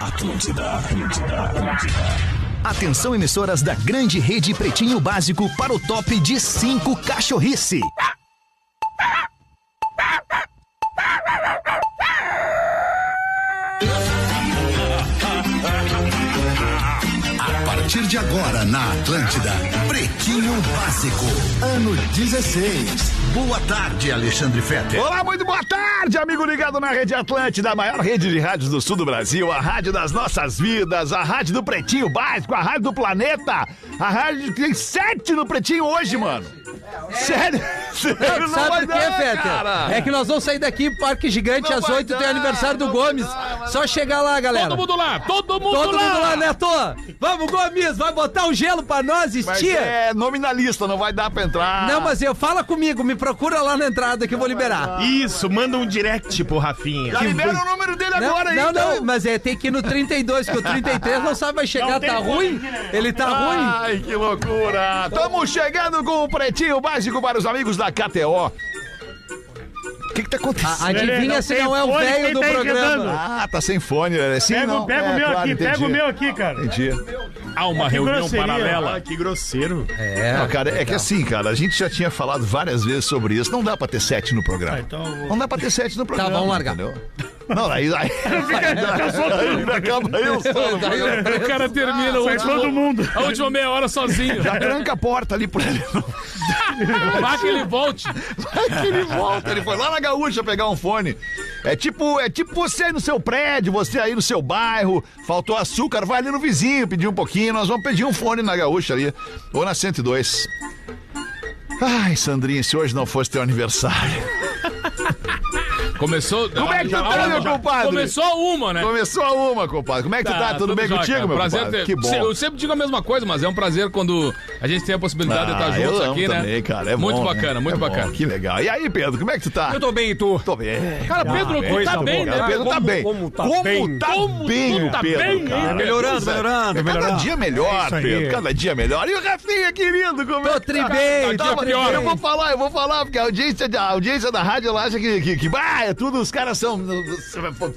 Atlântida, Atlântida, Atlântida. Atenção, emissoras da grande rede Pretinho Básico para o top de 5 cachorrice. A partir de agora na Atlântida, Pretinho Básico, ano 16. Boa tarde, Alexandre Fetter. Olá, muito boa tarde, amigo ligado na Rede Atlântida, a maior rede de rádios do sul do Brasil, a rádio das nossas vidas, a rádio do Pretinho Básico, a rádio do planeta, a rádio que tem sete no Pretinho hoje, mano. Sério? É, Sério, vai sabe por quê, dar, cara. Fetter? É que nós vamos sair daqui pro Parque Gigante Não às vai 8 tem dar, aniversário do não Gomes. vai dar, mas- Só chegar lá, galera. Todo mundo lá, todo mundo Todo lá. mundo lá, Neto! Vamos, Gomes, vai botar um gelo pra nós, Mas estia! é nominalista, não vai dar pra entrar. Não, mas eu fala comigo, me procura lá na entrada que eu vou liberar. Isso, manda um direct pro Rafinha. Já libera o número dele Não, agora aí, não, então. não, mas é, tem que ir no 32, porque o 33 não sabe, vai chegar, tá ruim? Ele Ah, tá ruim? então? Ai, que loucura! Estamos chegando com o Pretinho Básico para os amigos da KTO. O que que tá A- acontecendo? Adivinha Não se tem não é o fone, velho quem do tá programa. enredando? Ah, tá sem fone, né? Sim, Pega, não. pega É, o meu claro, aqui, entendi. pega o meu aqui, cara. Entendi. Há uma Que reunião grosseria, paralela. ah, que grosseiro. Não, É. cara, é que assim, cara, a gente já tinha falado várias vezes sobre isso. Não dá pra ter sete no programa. Ah, então eu vou- Não dá pra ter sete no programa. vamos largar. entendeu? Não, aí. aí... aí Fica- acaba aí o sono. O cara Ah, termina o Sai último- todo mundo. a última meia hora sozinho. Já tranca a porta ali por ele. Vai que ele volte. que ele volta, ele foi lá na gaúcha pegar um fone. É tipo, é tipo você aí no seu prédio, você aí no seu bairro, faltou açúcar, vai ali no vizinho pedir um pouquinho, nós vamos pedir um fone na gaúcha ali, ou na 102. Ai, Sandrinha, se hoje não fosse teu aniversário. Começou. Como é que tu tá, meu compadre? Começou uma, né? Começou uma, compadre. Como é que tu tá? Tudo, bem jóia, contigo, cara. meu prazer compadre? ter- Que bom. Se- Eu sempre digo a mesma coisa, mas é um prazer quando a gente tem a possibilidade Ah, de estar eu juntos amo aqui, né? também, cara. É muito bom, né? bacana, muito É bom, bacana. Que legal. E aí, Pedro, como é que tu tá? Eu tô bem, e tu? Tô bem. Cara, Pedro, bem, tu tá tá bem, bom, né? cara. Pedro tá Como- bem. como tá como bem? Tá Como bem, tu o tá Pedro, bem, cara. hein? Melhorando, Pois é. melhorando, É Cada melhorando. dia melhor, É isso aí. Pedro. Cada dia melhor. E o Rafinha, querido, como é Tô que tri tá? bem, Tá tô tri bem. Eu vou falar, eu vou falar, porque a audiência, da- a audiência da rádio ela acha que, que, que bah, é tudo, os caras são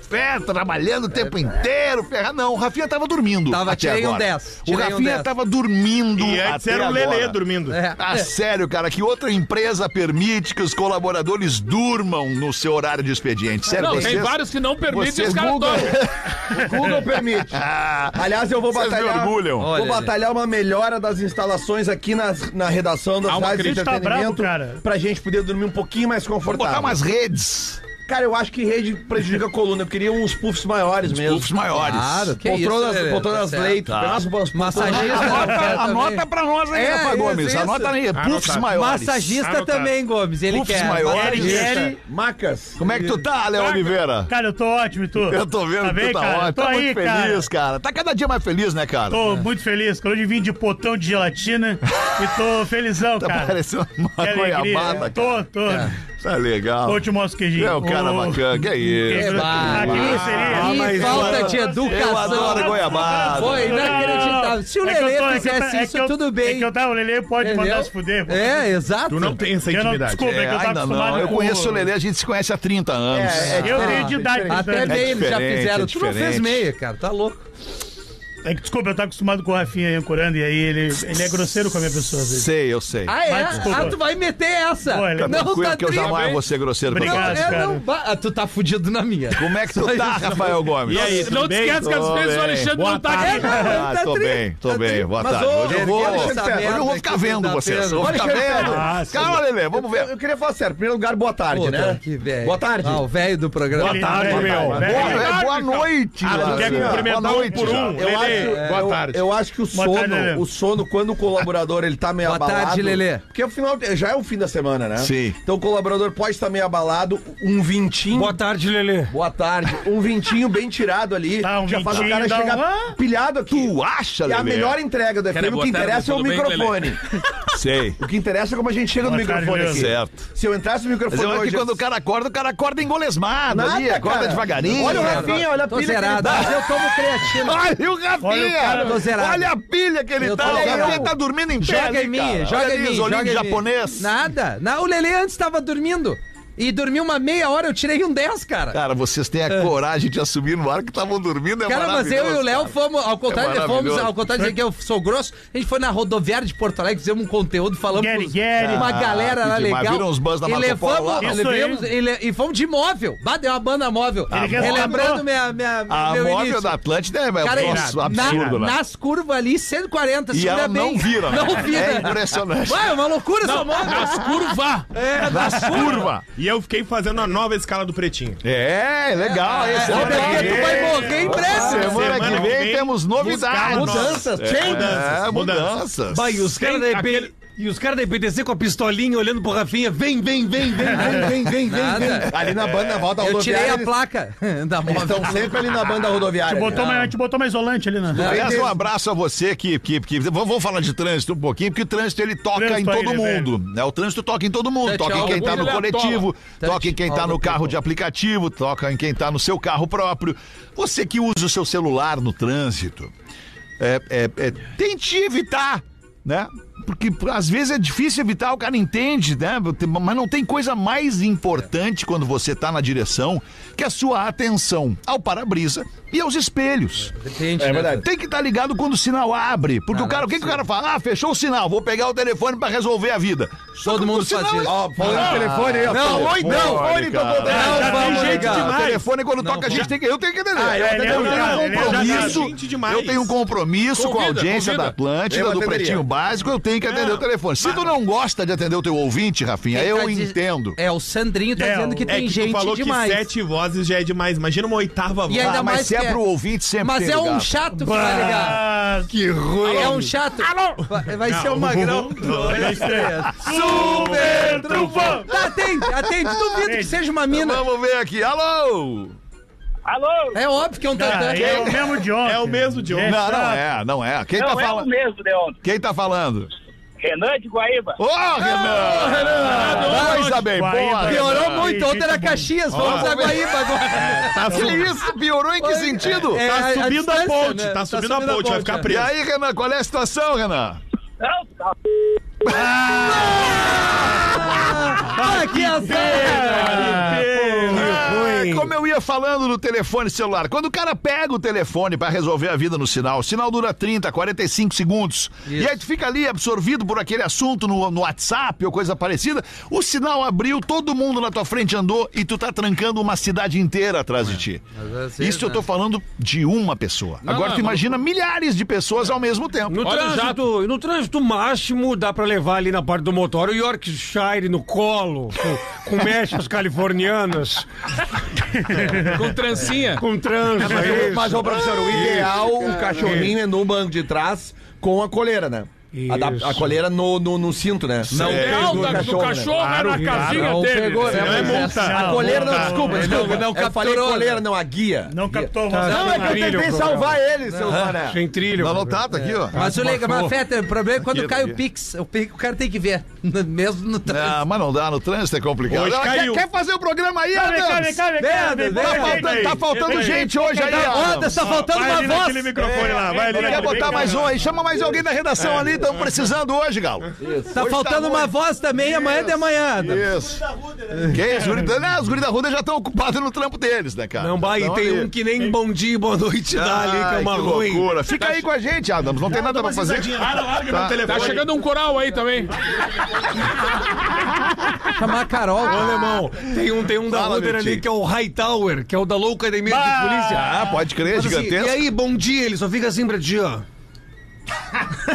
fé, trabalhando o tempo inteiro, ferra. Não, o Rafinha tava dormindo. Tava, até tirei um agora. 10, O tirei um Rafinha 10. tava dormindo. E antes até um era o Lelê agora. dormindo. É. Ah, sério, cara, que outra empresa permite que os colaboradores durmam no seu horário de expediente? Sério, Não, vocês... tem vários que não permitem vocês os caras Google- dormem. O Google permite. Ah, Aliás, eu vou vocês me batalhar. orgulham. Olha, vou batalhar uma melhora das instalações aqui nas- na redação das Ah, uma rádios de crítica tá entretenimento bravo, cara. pra gente poder dormir um pouquinho mais Vou botar Tá. confortável. umas redes, Cara, eu acho que rede prejudica a coluna. Eu queria uns puffs maiores mesmo. puffs maiores. Claro, que poltronas isso, Lelê, poltronas tá certo. leite, Tá. umas, umas Massagista. Anota, anota também. pra nós aí, É, Rafa Gomes. isso, Anota aí, puffs maiores. Massagista Anotado. também, Gomes. Ele Puffs quer. maiores. massagista. Eric, macas. Como é que tu tá, Léo Oliveira? Cara, eu tô ótimo e tu? Eu tô vendo tá que bem, tu tá cara? ótimo. Tô Tá aí, muito cara. feliz, cara. Tá cada dia mais feliz, né, cara? Tô muito feliz. Quando eu vim de potão de gelatina e tô felizão, Tá cara. parecendo uma Que alegria. goiabada, cara. Tô, tô. Tá legal. Vou te mostrar o queijinho. É um cara Ô, bacana. Que que isso? gro- Ah, Ah, que mas- grosseria. Ah, mas falta de educação. Eu adoro goiabada. Foi inacreditável. Se o É que eu Lelê tô- é que eu fizesse tá- é isso, que eu- tudo bem. É que eu tava, o Lelê pode mandar Entendeu? se fuder. pô. É, exato. Tu não tem essa Eu não- intimidade. desculpa, é que eu É, tava ainda acostumado não. Eu com- conheço o Lelê, a gente se conhece há 30 anos. É, é Eu diferente. tenho de idade. Ah, Até né? bem eles já diferente, fizeram. é tu não fez diferente. meia, cara. Tá louco. É que, desculpa, eu tava acostumado com o Rafinha aí, ancorando, e aí ele, ele é grosseiro com a minha pessoa. às vezes. Sei, eu sei. Ah, é? Mas, desculpa. Ah, tu vai meter essa. Pô, ele- Fica não, tranquilo tá que eu tri- jamais vou ser grosseiro com Não, Obrigado. você. eu cara. não- Ah, tu tá fudido na minha. Como é que tu tá, Rafael Gomes? E aí, não te esquece que às Tô vezes o bem. Alexandre não tá É, aqui. não, ele Ah, tá tô tri- bem, tô tá bem. tri- Boa Mas, tarde. ô, Hoje eu vou, Alexandre Essa hoje eu merda vou aqui ficar não vendo dá vocês. pena. Vou ficar Alexandre vendo. Fetter. Ah, sim. Calma, Lelê, vamos ver. Eu queria falar sério. Primeiro lugar, boa tarde, Puta, né? que velho. Boa tarde. Ah, o velho do programa. Boa tarde, Boa meu. tarde. Velho. Boa, é boa noite, Ah, tu Lázaro. quer cumprimentar Boa um noite, por um? Eu acho, já. Lelê, eu- boa eu, tarde. acho que o Boa sono, tarde, Lelê. o sono quando o colaborador ele tá meio Boa abalado. tarde, Lelê. Porque o final já é o fim da semana, né? Sim. Então o colaborador pode estar meio abalado, um vintinho. Boa, tarde, Lelê. tarde, um vintinho bem tirado ali, Tá, um já faz o vintinho, cara dá chegar um- pilhado aqui. Tu acha, É E Lelê? a melhor entrega do Cara, FM, o boa que tarde, interessa é o tudo bem, microfone. Sei. o que interessa é como a gente chega no Boa tarde, microfone aqui. Lelê. Certo. Se eu entrasse no Mas microfone eu acho que hoje... quando o cara acorda, o cara acorda engolesmado Nada, ali, acorda cara. devagarinho. Olha o né? Rafinha, olha a Tô pilha que ele zerado. Mas eu tomo creatina. Olha o Olha o cara, Rafinha! tô zerado. Olha a pilha que ele Eu tá. tô Olha, zerado. Ele tá dormindo em pé. Joga ali, em mim, cara. joga Olha em ali mim. Os joga olhinhos em mim. japonês. Nada. Não, o Lelê antes tava dormindo. E dormi uma meia hora, eu tirei um 10, cara. Cara, vocês têm a coragem de assumir no ar que estavam dormindo, é É. Cara, mas eu e o maravilhoso, Léo cara. É fomos, ao contrário, de- fomos, maravilhoso. ao contrário de dizer que eu sou grosso, a gente foi na rodoviária de Porto Alegre, fizemos um conteúdo, falamos Guere, com os- guere. uma Ah, galera que lá demais. legal. Viram os bans da e Marco Polo levamos, lá? Isso levamos- aí. e, le- e fomos de móvel. Bah, deu uma banda móvel. Ele resgatou. Relembrando minha, minha, A meu Ah, móvel início. da Atlântida é, é Cara, um aí, troço na- absurdo, né? nas curvas ali, 140, E segura ela é bem. não vira, né? Não vira. É impressionante. Ué, é uma loucura essa móvel. Nas curvas! É, Nas curvas. E eu fiquei fazendo a nova escala do Pretinho. É, legal. é, esse olha é aqui, tu vai morrer em breve. Semana, Semana que vem, que vem, temos novidades. música nova. Mudanças, É, Mudanças, mudanças. Bah, e os caras da, EP... e os caras da EPTC com a pistolinha olhando pro Rafinha. Vem, vem, vem, vem, vem, vem, vem, vem. vem. Nada. Ali na banda, volta Eu tirei a rodoviária, placa da eles móvel. estão Então, sempre ali na banda rodoviária. Botou mais- a gente botou mais isolante ali, né? Aliás, um abraço a você que. que, que vamos, vamos falar de trânsito um pouquinho, porque o trânsito ele toca Trânsito em todo aí, né, mundo. Né? O trânsito toca em todo mundo. Tete toca em quem alvo, está no ele atola. coletivo, Tete toca em quem está no alvo, carro Tete de aplicativo, toca em quem está no seu carro próprio. Você que usa o seu celular no trânsito, é, é, é, tente evitar, né? Porque às vezes é difícil evitar, o cara entende, né? Mas não tem coisa mais importante quando você está na direção que a sua atenção ao para-brisa e aos espelhos. Depende, É né? verdade. Tem que estar ligado quando o sinal abre. Porque Ah, o cara, não o que, que o cara fala? Ah, fechou o sinal, vou pegar o telefone pra resolver a vida. Só Todo que o mundo sinal faz isso. é- Ó, põe o telefone aí, ó. Não, Põe o oi, não. telefone, Cara, tocou o telefone. Não, vamos gente ligar. O telefone, quando toca, a gente tem que. Eu tenho que entender. Ah, eu eu até tenho não, um ele é compromisso. gente tá assim demais. Eu tenho um compromisso com a Convida, audiência convida. da Atlântida, Eu do atenderia. Pretinho Básico, eu tenho que atender o telefone. Se tu não gosta de atender o teu ouvinte, Rafinha, Quem eu tá diz- entendo. É, o Sandrinho tá É, dizendo que é É tem que tu gente falou demais. que sete vozes já é demais. Imagina uma oitava voz. E ainda Ah, mais mas se que é é- pro ouvinte, sempre Mas tem é um lugar. chato que vai ligar. Que ruim. É um chato. Vai, vai ser o Magrão. dois, três. Super Trufão! Tá, atende, atende. Duvido que seja uma mina. Vamos ver aqui. Alô! Alô? É óbvio que é um Ah, tantã. é o mesmo de ontem. É o mesmo de ontem. É Não, não chato. é, não é. Quem tá Não, é o falando? mesmo, Leandro. Quem tá falando? Renan de Guaíba. Ô, Renan! Renan! Coisa bem boa, Guaíba. Renan. Piorou muito. Ontem era Caxias. Vamos a Guaíba agora. Tá, Que su- isso? Piorou em que sentido? É, tá a- a subindo a, distância, ponte. né? Tá subindo a ponte. Vai é. ficar E preso. aí, Renan, qual é a situação, Renan? Não, tá. Ah, que azar. Ah, como eu ia falando no telefone celular, quando o cara pega o telefone pra resolver a vida no sinal, o sinal dura 30, 45 segundos, e aí tu fica ali absorvido por aquele assunto no, no WhatsApp ou coisa parecida, o sinal abriu, todo mundo na tua frente andou e tu tá trancando uma cidade inteira atrás de ti. Isso eu tô falando de uma pessoa. Agora não, tu imagina milhares de pessoas ao mesmo tempo. No Olha o trânsito, no trânsito máximo dá pra levar ali na parte do motor o Yorkshire no colo, com, com mechas californianas, Com trancinha. com trânsito. é Mas, isso. ô professor, o ideal, um cachorrinho é no banco de trás com a coleira, né? A, da- a Isso. coleira no, no, no cinto, né? Não É alta do né? cachorro é na casinha Não dele. Tá pegou, né? Não é mas montar. Não, A coleira, não, não, desculpa, não, desculpa. não eu falei capturou, coleira, né? não, a guia. Não captou Tá, você. Não, é que eu Trilho, tentei programa. salvar ele, seu Mané. Sem trilho. Não, não tá, tá aqui, ó. Mas o legal, mas Marcou. Feta, o problema é quando Aqui, cai o aqui. Pix. O Pix, o cara tem que ver. Mesmo no trânsito. Não, Ah, mas não dá, no trânsito é complicado. Hoje Ela quer- caiu. Quer, fazer o programa aí, Vem cá, Adams? vem cá, vem cá. Vem, vem vem, cá, Tá vem, faltando, tá faltando gente hoje aí, Ó, Adams. tá faltando Vai ali uma naquele voz. microfone lá. Vai ali Quer naquele botar mais um microfone. aí? Chama mais alguém da redação ali, estamos precisando hoje, Galo. Tá Hoje faltando tá uma longe. voz também, é amanhã de manhã. Isso. Que é isso? Os guri- Não, os guris da Ruda já estão ocupados no trampo deles, né, cara? Não, vai, e Tão tem ali. um que nem bom dia e boa noite dá ali, que é Ai, uma que ruim. tá loucura. Fica aí com a gente, Adams. Não tem nada pra fazer. Para, larga meu Tá telefone. chegando um coral aí também. Chamar a Carol. Ô, alemão, tem um, tem um da Fala, Uber meu ali tio. que é o Hightower, que é o da louca academia de polícia. Ah, pode crer, Mas assim, e gigantesco. aí, bom dia, ele só fica assim pra ti, ó.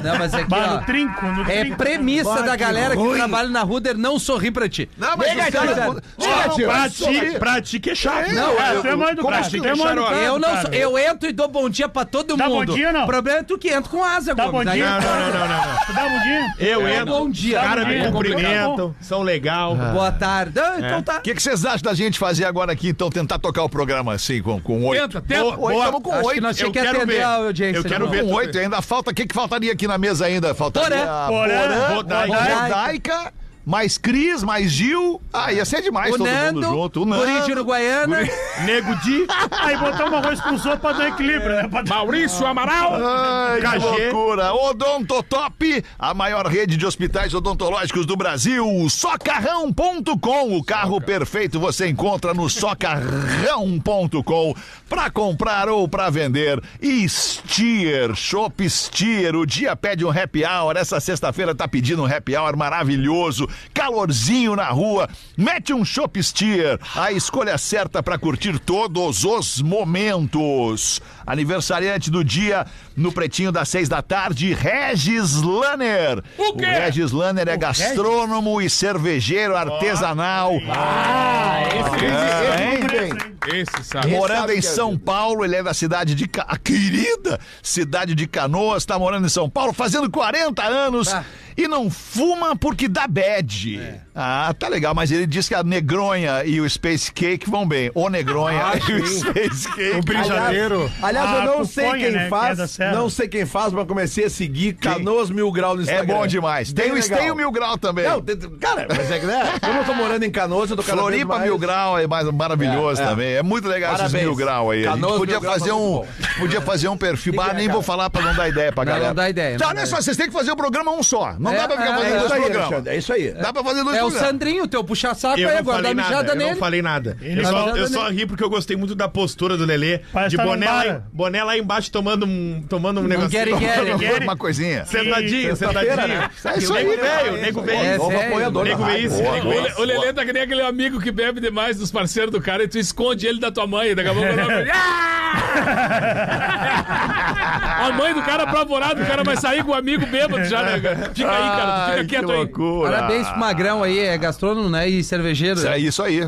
Não, mas aqui, Bah, ó. no trinco, no É trinco. premissa da galera que trabalha na Ruder não sorrir pra ti. Não, mas os tá caras- Só não Pra bate, ti, pra ti queixar. Não, É, eu, tu é mãe do cara, assim? tu é mãe do cara. eu não cara. sou- eu entro e dou bom dia pra todo Dá bom mundo. dia, não? O problema é tu que entra com asa, Dá bom Gomes. Aí- dia? Não, não, não, não, não. Tu dá um dia? Eu É, entro. bom dia. Os caras Bom dia. me cumprimentam. São legal. Boa tarde. Ah, Então tá. O que que vocês acham da gente fazer agora aqui, então, tentar tocar o programa assim, com com oito? Tenta, tenta. Hoje Boa. estamos com Acho que oito. nós tinha eu que quero atender ver. a audiência. Eu quero não. ver. Com oito ainda falta. O que, que faltaria aqui na mesa ainda? Faltaria Porã. a Porã. Porã, Rodaica. Rodaica, mais Cris, mais Gil. Ah, ia ser demais O todo Nando, mundo junto. né? O Guri de Nando. Uruguaiana. Nego de Aí botamos arroz com sopa pra dar equilíbrio, né? Pra dar- Maurício Amaral. Ai, que Cagê. loucura! Odontotop, a maior rede de hospitais odontológicos do Brasil. Socarrão.com, o carro perfeito você encontra no socarrão.com. Pra comprar ou pra vender. E Steer, Shop Steer, o dia pede um happy hour. Essa sexta-feira tá pedindo um happy hour maravilhoso. Calorzinho na rua. Mete um Shop Steer, a escolha certa pra curtir todos os momentos. Aniversariante do dia no Pretinho das seis da tarde, Regis Lanner. O, quê? Regis Lanner é gastrônomo e cervejeiro artesanal. Ah, Esse- esse- Preço, bem. hein? Ah, Esse sabe. Morando sabe em que é São Paulo, ele é da cidade de. Ca- A querida cidade de Canoas, tá morando em São Paulo, fazendo 40 anos Ah. e não fuma porque dá bad. É. Ah, tá legal, mas ele diz que a Negronha e o Space Cake vão bem. O Negronha Ah, e o Space Cake. O brisadeiro. Aliás, eu Ah, não com sei fonha, quem né, que é da faz, Serra. não sei quem faz, mas comecei a seguir Canoas Mil Grau no É Instagram. bom demais. Tá Tem Bem o legal. Esteio Mil Grau também. Não, tem- cara, mas é que né? Como eu tô morando em Canoas, eu tô cada vez Floripa mais- Mil Grau é mais maravilhoso É, é. também. É muito legal esses Parabéns. Mil Grau aí. A gente Canoas, podia Mil Grau, fazer tá um, muito podia fazer um perfil. Ah, Fica aí, nem cara. vou falar pra não dar ideia pra Não, galera. não dá ideia, Tá, não olha dá só, vocês têm que fazer um programa um só. Não É, dá pra ficar é, fazendo é. É dois isso aí, programas. Alexandre, é isso aí. Dá pra fazer dois É o programas. Sandrinho, teu puxa-saco aí Eu não, agora, dá falei nada, mijada eu não nele. falei nada. Eu Dá só, mijada eu só ri porque eu gostei muito da postura do Lelê. Parece De que tá boné num lá, bar. em- boné lá embaixo tomando um, tomando um Não negócio. querem, querem. Querem. Uma coisinha. Sentadinho, Sexta-feira, sentadinho. né? É isso aí, Nego veio, velho. nego É, veio. Novo sério. apoiador da Nego rádio. veio isso, nego O, veio Le, o Lelê tá que nem aquele amigo que bebe demais dos parceiros do cara e tu esconde ele da tua mãe. Daqui a pouco o cara vai- Ah! A mãe do cara apavorada, o cara vai sair com o amigo bêbado já, né? cara? Fica aí, cara, tu Ai, fica que quieto aí. loucura. Parabéns pro Magrão aí, é gastrônomo, né? E cervejeiro. É isso aí.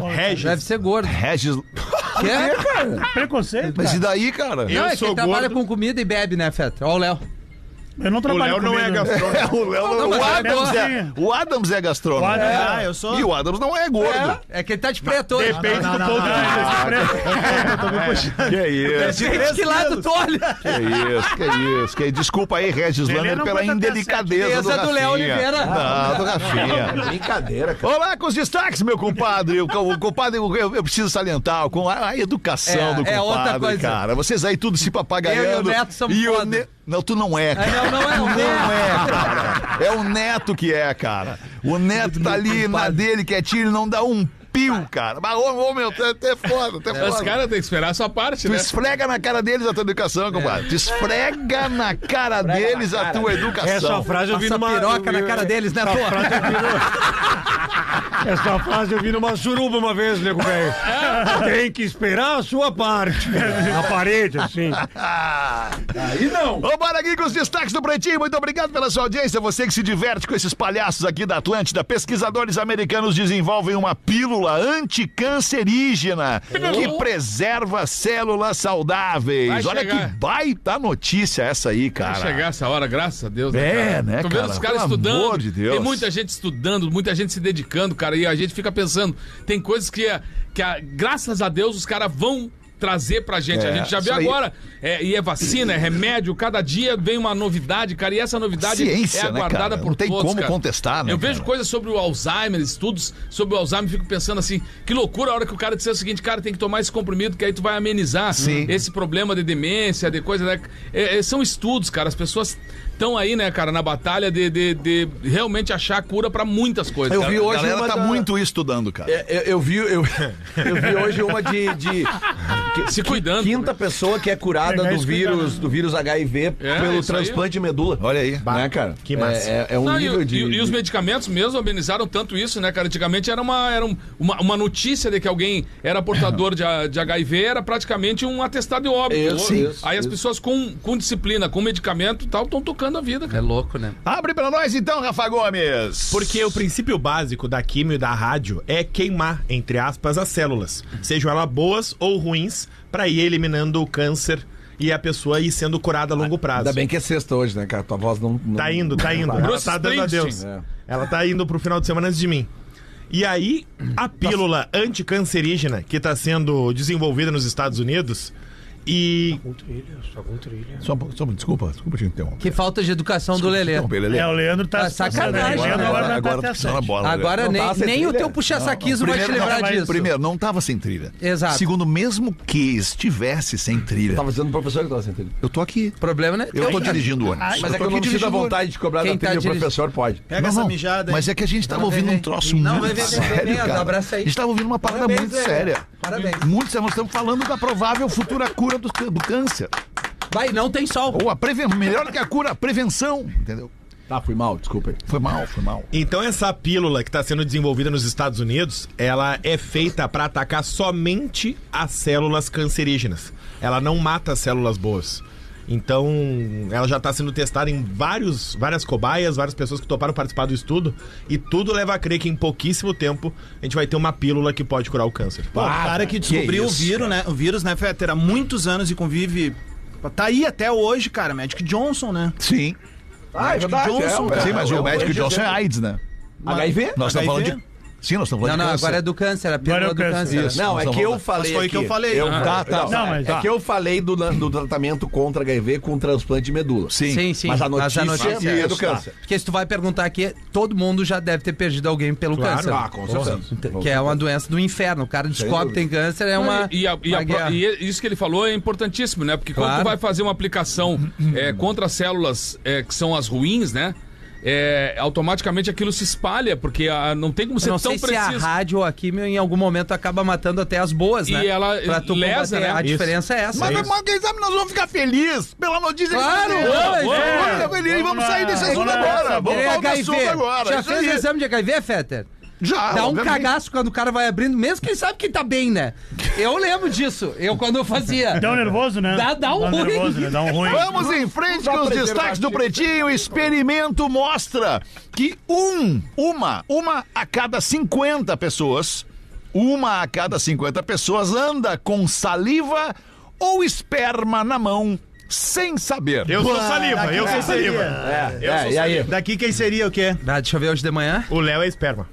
Deve ser gordo. Regis. Que é? Preconceito, Mas cara. e daí, cara? Eu Não, é que sou ele trabalha gordo. com comida e bebe, né, Feta? Ó o Léo. Eu não O trabalho Léo não é comida. né? gastrônomo. O Léo Não, não- mas o é Adams é, bonzinho. o Adams é gastrônomo. O Adams, É. ah, eu sou. E o Adams não é gordo. É que ele tá de preto hoje. Depende do ponto de vista. É, É, Que isso. Depende de que lado tu olha. Que isso, que isso. Que... Desculpa aí, Regis Lelê Lanner, não pela aguenta até indelicadeza do Beleza do Léo Rafinha. Oliveira. Não, do Rafinha. Brincadeira, cara. Olá, com os destaques, meu compadre. O, o compadre, eu, eu preciso salientar com a, a educação É, do compadre, é outra coisa. cara. Vocês aí tudo se papagaiando. Eu e o Neto somos E o foda. Ne- Não, tu não é, É, cara. não, não é o Não Léo. é, cara. É o Neto que é, cara. O Neto tá ali na dele, quietinho, ele não dá um pio, cara. Mas, ô, ô meu, tá até foda, até Os foda. caras têm que esperar a sua parte, Tu né? esfrega na cara deles a tua educação, compadre. Tu esfrega na cara deles a tua educação. é Essa frase eu vi Passa numa. piroca eu- na eu- cara deles, né, Essa pô? frase eu vi no- Essa frase eu vi numa suruba uma vez, né? nego velho. Tem que esperar a sua parte. Na parede, assim. Aí não. Vambora aqui com os destaques do Pretinho. Muito obrigado pela sua audiência. Você que se diverte com esses palhaços aqui da Atlântida. Pesquisadores americanos desenvolvem uma pílula anticancerígena que preserva células saudáveis. Vai Olha chegar. que baita notícia essa aí, Vai cara. chegar essa hora, graças a Deus. É, cara? né, Tô cara? vendo os caras Pelo estudando. amor de Deus. Tem muita gente estudando, muita gente se dedicando, cara. E a gente fica pensando, tem coisas que, a- que a- graças a Deus, os caras vão trazer pra gente. É, a gente já viu isso aí. agora. É, e é vacina, é remédio. Cada dia vem uma novidade, cara. E essa novidade Ciência, é né, aguardada cara? por Não tem todos, como cara. contestar, né, Eu vejo cara? coisas sobre o Alzheimer, estudos sobre o Alzheimer. Fico pensando assim, que loucura a hora que o cara disser o seguinte, cara, tem que tomar esse comprimido que aí tu vai amenizar Sim. esse problema de demência, de coisa, né? É, é, são estudos, cara. As pessoas estão aí, né, cara, na batalha de, de- de realmente achar cura pra muitas coisas. Eu cara. vi A hoje galera uma tá da- muito estudando, cara. É, Eu, eu vi, eu, eu vi hoje uma de, de Se cuidando. né? quinta pessoa que é curada Pegar do esse cuidado. vírus, do vírus HIV É, pelo isso aí. transplante de medula. Olha aí. Né, cara? que massa. É, é- é um Não, e, nível e- de. e os medicamentos mesmo amenizaram tanto isso, né, cara? Antigamente era uma, era um- uma, uma notícia de que alguém era portador de, A- de HIV, era praticamente um atestado de óbito. Isso, Ou- É, isso, aí as isso. pessoas com, com disciplina, com medicamento e tal, estão tocando a vida, É cara. louco, né? Abre pra nós então, Rafa Gomes. Porque o princípio básico da químio e da rádio é queimar, entre aspas, as células, sejam elas boas ou ruins, pra ir eliminando o câncer e a pessoa ir sendo curada a longo prazo. Ainda bem que é sexta hoje, né, cara? Tua voz não. não- É. Tá indo, tá indo. Ela Bruce tá dando adeus. Springsteen. Ela tá indo pro final de semana antes de mim. E aí, a pílula anticancerígena que tá sendo desenvolvida nos Estados Unidos, E. Só um pouco, só um pouco, desculpa, desculpa te interromper. Que falta de educação do Lelê. interromper, Lelê. É, o Leandro tá- sacanagem. Agora- né? agora- agora tá pisando na bola, Agora Lelê. nem, Não tava nem sem o trilha. teu puxa-saquismo Não, vai te primeiro, livrar não, tá disso. Primeiro, não tava sem trilha. Exato. Segundo, mesmo que estivesse sem trilha. Tava dizendo pro professor que tava sem trilha. Eu tô aqui. Problema, né? Eu tô dirigindo o ônibus. Mas é que tô eu não aqui sinto a dirigindo o vontade de cobrar da Quem tá trilha, o dirigindo? professor pode. Pega essa mijada aí. Mas é que a gente tava ouvindo um troço Não, vai muito ver, vai ver, sério, Leandro, cara. tá- abraça aí. A gente tava ouvindo uma parada Parabéns, muito Leandro. séria. Parabéns. Muito séria. Nós estamos falando da provável futura cura do, cân- do câncer. Vai, não tem sol. Ou a preven... melhor que a cura, a prevenção, entendeu? Tá, fui mal, desculpa aí. Foi mal, foi mal. Então essa pílula que está sendo desenvolvida nos Estados Unidos, ela é feita para atacar somente as células cancerígenas. Ela não mata as células boas. Então, ela já está sendo testada em vários, várias cobaias, várias pessoas que toparam participar do estudo, e tudo leva a crer que em pouquíssimo tempo a gente vai ter uma pílula que pode curar o câncer. Pô, o cara que descobriu o vírus, né? O vírus, né, Fetter, há muitos anos e convive. Tá aí até hoje, cara. Magic Johnson, né? Sim. Ah, é verdade, é, Sim, mas um um o médico Johnson é AIDS, né? HIV? Nós estamos falando de. Sim, nós estamos falando Não, de não, câncer. agora é do câncer, a pílula do câncer. Isso, não, é que eu falei. Mas foi o que aqui. eu falei. Ah, tá, tá. não, mas é tá. que eu falei do, lan- do tratamento contra HIV com transplante de medula. Sim, sim. sim. Mas a notícia, é do isso, tá. câncer. Porque se tu vai perguntar aqui, todo mundo já deve ter perdido alguém pelo Claro, câncer. ah, com certeza. Então, Com Que é uma doença do inferno. O cara descobre que tem câncer, é uma. E, a- e a uma pro- guerra. e isso que ele falou é importantíssimo, né? Porque quando Claro. Uhum. tu vai fazer uma aplicação é, contra as células é, que são as ruins, né? É, automaticamente aquilo se espalha, porque a- não tem como Eu ser não é tão sei se é preciso. a rádio ou a químio em algum momento acaba matando até as boas, né? E ela pra tu lesa, combater. né? A Isso. diferença é essa. Mas, mas quem sabe nós vamos ficar felizes pela notícia Claro, que nós vamos, temos. vamos. Vamos ficar felizes, vamos Vamos sair desse lá, assunto vamos lá. agora. Vamos Ele é falar do HIV. assunto agora. Já Isso fez aí. o exame de HIV, Fetter? Já, Dá um obviamente. cagaço quando o cara vai abrindo, mesmo que ele sabe que tá bem, né? Eu lembro disso. Eu quando eu fazia. Dá um nervoso, né? Dá, dá um Dá um ruim. nervoso, né? Dá um ruim. Vamos em frente com os destaques do Pretinho. Experimento mostra que um, uma, uma a cada 50 pessoas, uma a cada 50 pessoas anda com saliva ou esperma na mão sem saber. Eu sou saliva, eu sou saliva. É, Eu sou saliva. Daqui quem seria o quê? Ah, deixa eu ver hoje de manhã. O Léo é esperma.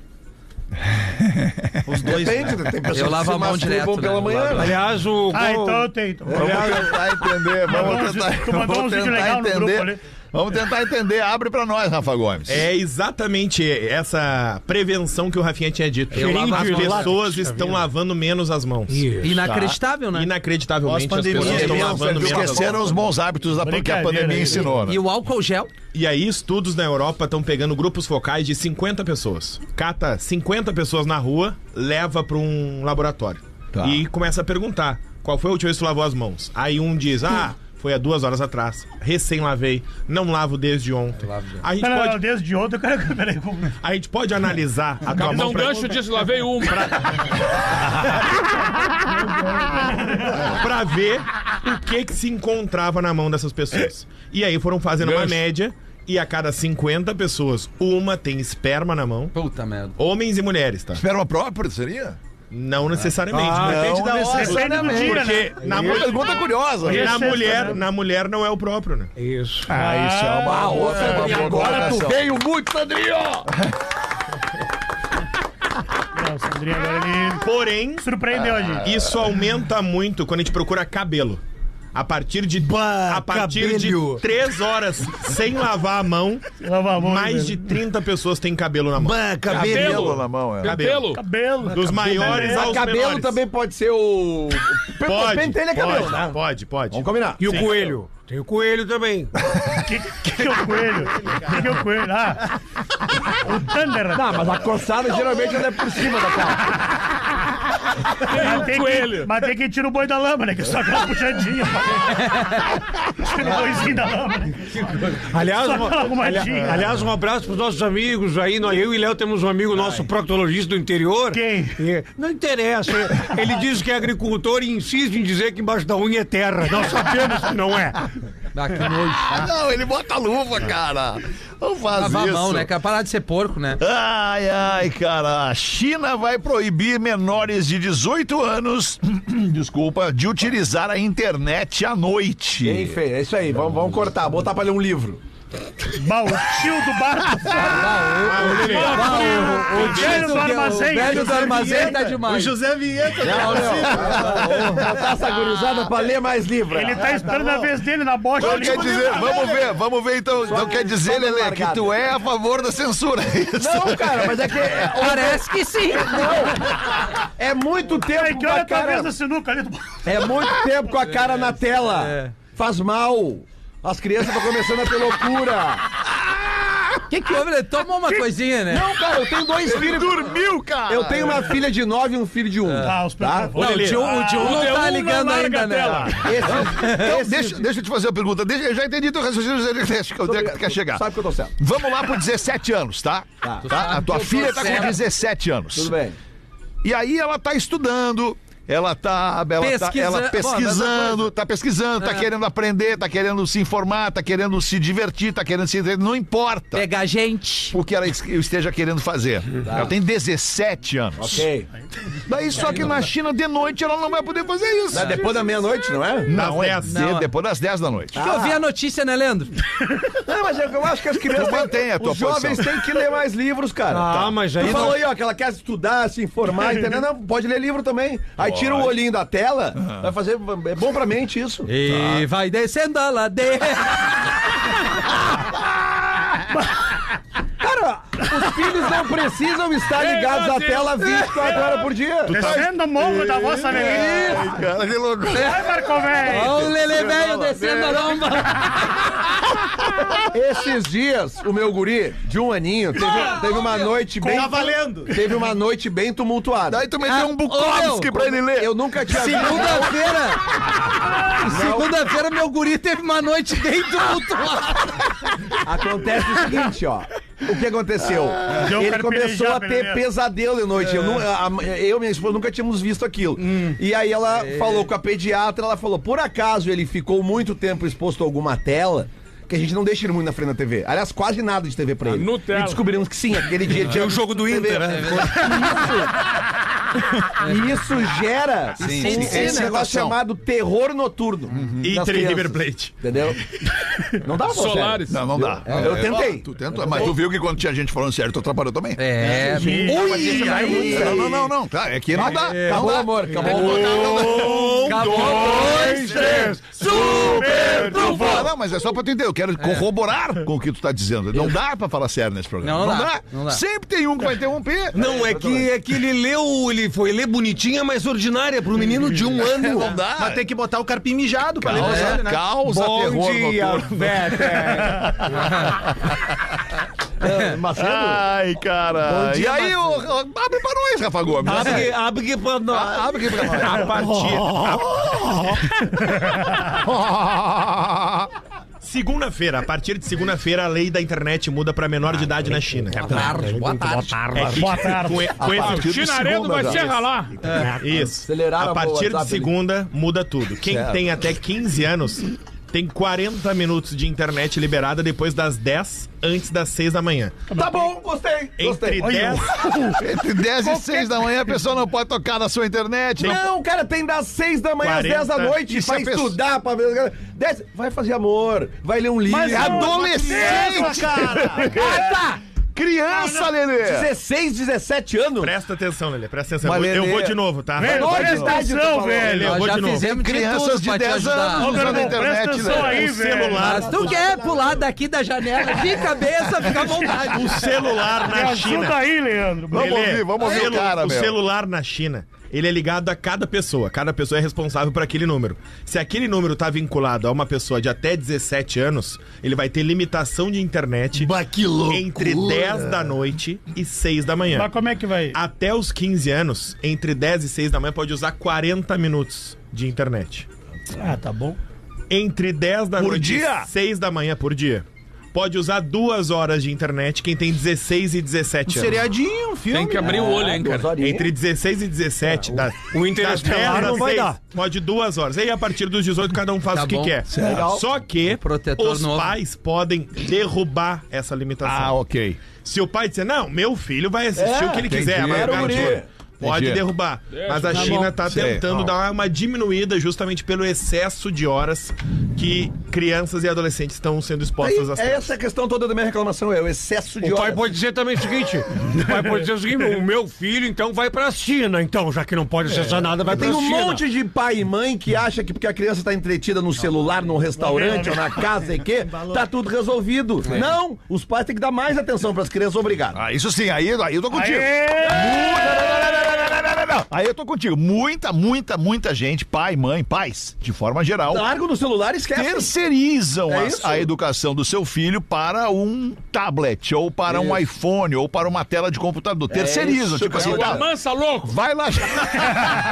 Os dois. Depende, tem pessoas Eu que lavo se a mão masturbam direto, pela né? manhã. Lavo- Aliás, o. Ah, gol- então eu tenho. Então. Vamos tentar entender, vamos Mandou uns- tentar, tu mandou vamos uns vídeos tentar um legal no grupo entender. ali. Vamos tentar entender. Abre pra nós, Rafa Gomes. É exatamente essa prevenção que o Rafinha tinha dito. Eu lavo as as mãos. pessoas estão lavando menos as mãos. Inacreditável, né? Inacreditavelmente as Pós-pandemia, pessoas estão eles lavando menos as mãos. Esqueceram os bons hábitos da que a Brincadeira, pandemia hein? ensinou. né? E o álcool gel? E aí, estudos na Europa estão pegando grupos focais de 50 pessoas. Cata 50 pessoas na rua, leva para um laboratório. Tá. E começa a perguntar: qual foi a última vez que tu lavou as mãos? Aí um diz: ah, foi há duas horas atrás, recém lavei, não lavo desde ontem. A gente Não, não, não, pode, desde ontem eu quero. Peraí, como. a gente pode analisar a tua Capitão mão. pra- é um Gancho disse, lavei um. pra ver o que que se encontrava na mão dessas pessoas. E aí foram fazendo uma Gancho. média e a cada 50 pessoas, uma tem esperma na mão. Puta merda. Homens e mulheres, tá? Esperma próprio, seria? Não necessariamente. Depende da hora. Depende do dia, né? Porque na, Uma mulher, pergunta curiosa. Porque- na, sexta, mulher, né? na mulher não é o próprio, né? Isso. Ah, isso é uma outra é uma boa Agora tu colocação. veio muito, Sandrinho! Não, o Sandrinho agora ele Porém, surpreendeu a gente. isso aumenta muito quando a gente procura cabelo. A partir de a partir cabelho. de 3 horas sem lavar a mão, Lava a mão, mais de velho. 30 pessoas têm cabelo na mão. Bah, cabelo. Cabelo na mão, é. Pelo. Cabelo. Dos maiores Mas aos cabelo menores. também pode ser o. Pode, Pentelho é cabelo, pode, né? Pode, pode. Vamos combinar. E o coelho? Tem o coelho também. Que, que, que é o coelho? Que que é o coelho? Ah, o Thunder. Ah, mas a coçada geralmente ela é por cima da cara. mas, tem um Que, mas tem que tirar o boi da lama, né? Que só aquela puxadinha. tira o boizinho da lama. Né? Aliás, Só uma- aquela arrumadinha. alia- aliás, um abraço pros nossos amigos aí. Nós, eu e Léo temos um amigo nosso, proctologista do interior. Quem? E- não interessa. Ele diz que é agricultor e insiste em dizer que embaixo da unha é terra. Nós sabemos que não é. Ah, que nojo. Não, ele bota a luva, cara. Não faz Lavar Ah. a isso. mão, né? cara? Parar de ser porco, né? Ai, ai, cara. A China vai proibir menores de 18 anos, desculpa, de utilizar a internet à noite. Enfim, é isso aí. Vamos, vamos cortar, botar pra ler um livro. Baltio do barco. Baú. O velho é do armazém. tá tá demais. O José Vinheta. Não, não. Não, botar essa gurizada pra ler mais livro. Ele tá esperando a vez dele na bosta. Então quer dizer, vamos ver, vamos ver então. Então quer dizer, Lelê, que tu é a favor da censura. é isso? Não, cara, mas é que. Parece que sim. Não. É muito tempo que com olha tá a a cabeça cara. da sinuca ali do É muito tempo com a cara na tela. Faz mal. As crianças estão começando a ter loucura. O que, que houve? Ele tomou uma coisinha, né? Não, cara, eu tenho dois Ele filhos. dormiu, cara. Eu tenho uma filha de nove e um filho de um. Ah, os Tá? Não, o tio, o tio não tá ligando ainda, né? Então, deixa, deixa eu te fazer uma pergunta. Deixa- eu já entendi teu raciocínio, eu já- deixa que eu- onde é que tu quer chegar. Sabe que eu tô certo. Vamos lá por 17 anos, tá? Tá. Tá? A tua Eu tô filha tá com certo. 17 anos. Tudo bem. E aí ela tá estudando, ela tá, ela tá Pesquisa- ela Bom, pesquisando, tá pesquisando, tá querendo aprender, tá querendo se informar, tá querendo se divertir, tá querendo se não importa Pegar gente. o que ela es- esteja querendo fazer. Ela tem 17 anos. Ok. Daí só que na China de noite ela não vai poder fazer isso. Mas depois da meia-noite, não é? Não, é Das dez. cedo, Não. depois das 10 da Ah. noite. Que eu vi a notícia, né, Leandro? Não, mas eu eu acho que as crianças. Tu mantém a tua os jovens posição. têm que ler mais livros, cara. Ah, Tá. mas aí Tu não- falou aí, ó, que ela quer estudar, se informar, entendeu? Não, pode ler livro também. Aí tira o olhinho da tela, vai fazer. É bom pra mente isso. E vai descendo a ladeira. Cara, os filhos não precisam estar ligados à tela 24 horas por dia. Descendo o morro da vossa alegria. Ai, cara, que loucura. Vai, Marco Velho. Olha o Lele velho descendo a lomba. Esses dias, o meu guri, de um aninho, teve, teve uma noite bem. Tá valendo. Teve uma noite bem tumultuada. Daí tu meteu um Bukowski ô, meu, pra ele ler. Eu nunca tinha visto. um Segunda-feira. Segunda-feira, meu guri teve uma noite bem tumultuada. Acontece o seguinte, ó. O que aconteceu? Deu um ele cara começou pelejado, a ter beleza. pesadelo de noite. Eu, nu- a- eu e minha esposa nunca tínhamos visto aquilo. E aí ela falou com a pediatra, ela falou: por acaso ele ficou muito tempo exposto a alguma tela? Que a gente não deixa ele muito na frente da TV. Aliás, quase nada de TV pra ele. Nutella. E descobrimos que sim, aquele dia tinha. o jogo do Inter, né? E isso gera Sim, um, sim. um negócio Excitação. chamado terror noturno. nas Inter e crianças. River Plate. Entendeu? Não dá pra falar sério. Solares. Não, não dá. É, eu tentei. Tu tentou, mas tu viu que quando tinha gente falando sério, tu atrapalhou também. É, Ui, aí. Não, não, não, não. Tá, é que não dá. não Acabou, dá. amor, acabou. Um, dois, três. Não, não, não, mas é só pra tu entender. Eu quero corroborar com o que tu tá dizendo. Não dá pra falar sério nesse programa. Não, não dá, não dá. Sempre tem um que vai interromper. Não, é que, é que ele leu, ele foi ler bonitinha, mas ordinária, pro menino de um ano. Não dá. Mas tem que botar o carpim mijado pra é, ler. Causa, besteira, né? causa terror noturno. é. Ai, cara. e aí, ô, ô, abre pra nós, Rafa Gomes. Abre, abre pra nós. Ah, abre aqui pra nós. A partir. Segunda-feira, a partir de segunda-feira, a lei da internet muda para menor de idade na China. Boa tarde. É Boa tarde. Com, e- com esse- de Chinaredo segunda vai já. se ralar. Então, é isso. Aceleraram A partir o WhatsApp de segunda, muda tudo. Quem tem até 15 anos tem 40 minutos de internet liberada depois das 10, antes das 6 da manhã. Tá bom, gostei. Entre Gostei. 10. É, Entre 10 e 6 da manhã, a pessoa não pode tocar na sua internet. Não. Não, cara, tem das seis da manhã às 40. 10 da noite Isso pra é pessoa- estudar, pra ver. Desce, vai fazer amor, vai ler um livro. Ah, Mas não, Adolescente! tá! Criança, Lelê! 16, 17 anos. Presta atenção, Lelê, presta atenção. Mas, Eu vou- eu Lelê- vou de novo, tá? Velho, presta idade, tu atenção, falou. Lelê, velho. eu Nós vou já de novo. fizemos de Crianças tudo de pra te 10 ajudar. anos Ô, meu usando a irmão, internet, presta atenção Lelê. aí, O velho. celular, Mas tu quer pular daqui da janela de cabeça, fica à vontade. o celular Me na China. ajuda aí, Leandro. Vamos Lelê, ouvir, vamos ouvir o celu- cara, o meu. celular na China, ele é ligado a cada pessoa. Cada pessoa é responsável por aquele número. Se aquele número tá vinculado a uma pessoa de até 17 anos, ele vai ter limitação de internet Bah, que loucura. entre 10 da noite e 6 da manhã. Mas como é que vai? Até os 15 anos, entre 10 e 6 da manhã, pode usar 40 minutos de internet. Ah, tá bom. Entre 10 da noite dia? e 6 da manhã por dia. Pode usar duas horas de internet quem tem 16 e 17 anos. Seriadinho, um filme. Tem que abrir o olho, hein, cara. Entre 16 e 17, da, o Interestelar não vai dar. Pode duas horas. Aí a partir dos 18 cada um faz Tá o que bom. Um quer. Legal. Só que protetor os novo. pais podem derrubar essa limitação. Ah, ok. Se o pai disser, não, meu filho vai assistir o que ele quiser, entendi. mas Era o eu guri. garanto. Pode Entendi. derrubar. Deixa. Mas a Tá China bom. está Sim. tentando Bom. dar uma- uma diminuída justamente pelo excesso de horas que crianças e adolescentes estão sendo expostas às Aí, essa é a questão toda da minha reclamação, é o excesso de O horas. pai pode dizer também o seguinte: o pai pode dizer o seguinte, o meu filho então vai pra China, então, já que não pode acessar nada, vai Tem pra um China. monte de pai e mãe que acha que porque a criança tá entretida no celular, no restaurante ou na casa e que tá tudo resolvido. Não, os pais têm que dar mais atenção pras crianças, obrigado. Ah, isso sim, aí, aí eu tô contigo. Aí eu tô contigo. Muita, muita, muita gente, pai, mãe, pais, de forma geral. Largo no celular e esquece. Terceirizam É as- isso. a educação do seu filho para um tablet, ou para um iPhone, ou para uma tela de computador. É Terceirizam, isso, tipo assim, cara. Mansa, louco! Vai lá.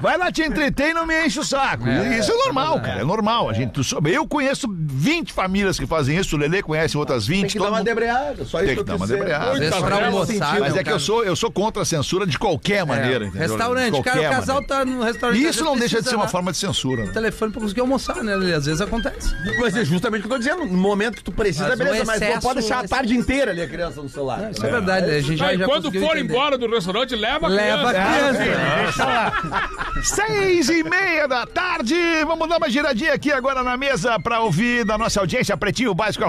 Vai lá, te entretém e não me enche o saco. É, isso é é normal, verdade. cara. É normal. A gente, tu soube. eu conheço 20 famílias que fazem isso, o Lelê conhece outras 20. Tem que dar uma debreada, só Tem isso que que eu dar quis uma dizer. debreada. Às vezes pra almoçar, Mas né, é que eu cara? sou, eu sou contra a censura de qualquer maneira. entendeu? Restaurante, De cara, o qualquer casal tá no restaurante. E às isso vezes não deixa de precisa ser uma lá. forma de censura. né? telefone pra conseguir almoçar, né? Lelê? Às vezes acontece. Mas é justamente o que eu tô dizendo. No momento que tu precisa, Mas o beleza, mas não excesso- pode deixar a tarde inteira ali a criança no celular. Não, isso é verdade, a gente já- Aí, já quando for conseguiu entender. embora do restaurante, leva a Leva a criança. criança. Deixa lá. Seis e meia da tarde, vamos dar uma giradinha aqui agora na mesa pra ouvir da nossa audiência, pretinho básico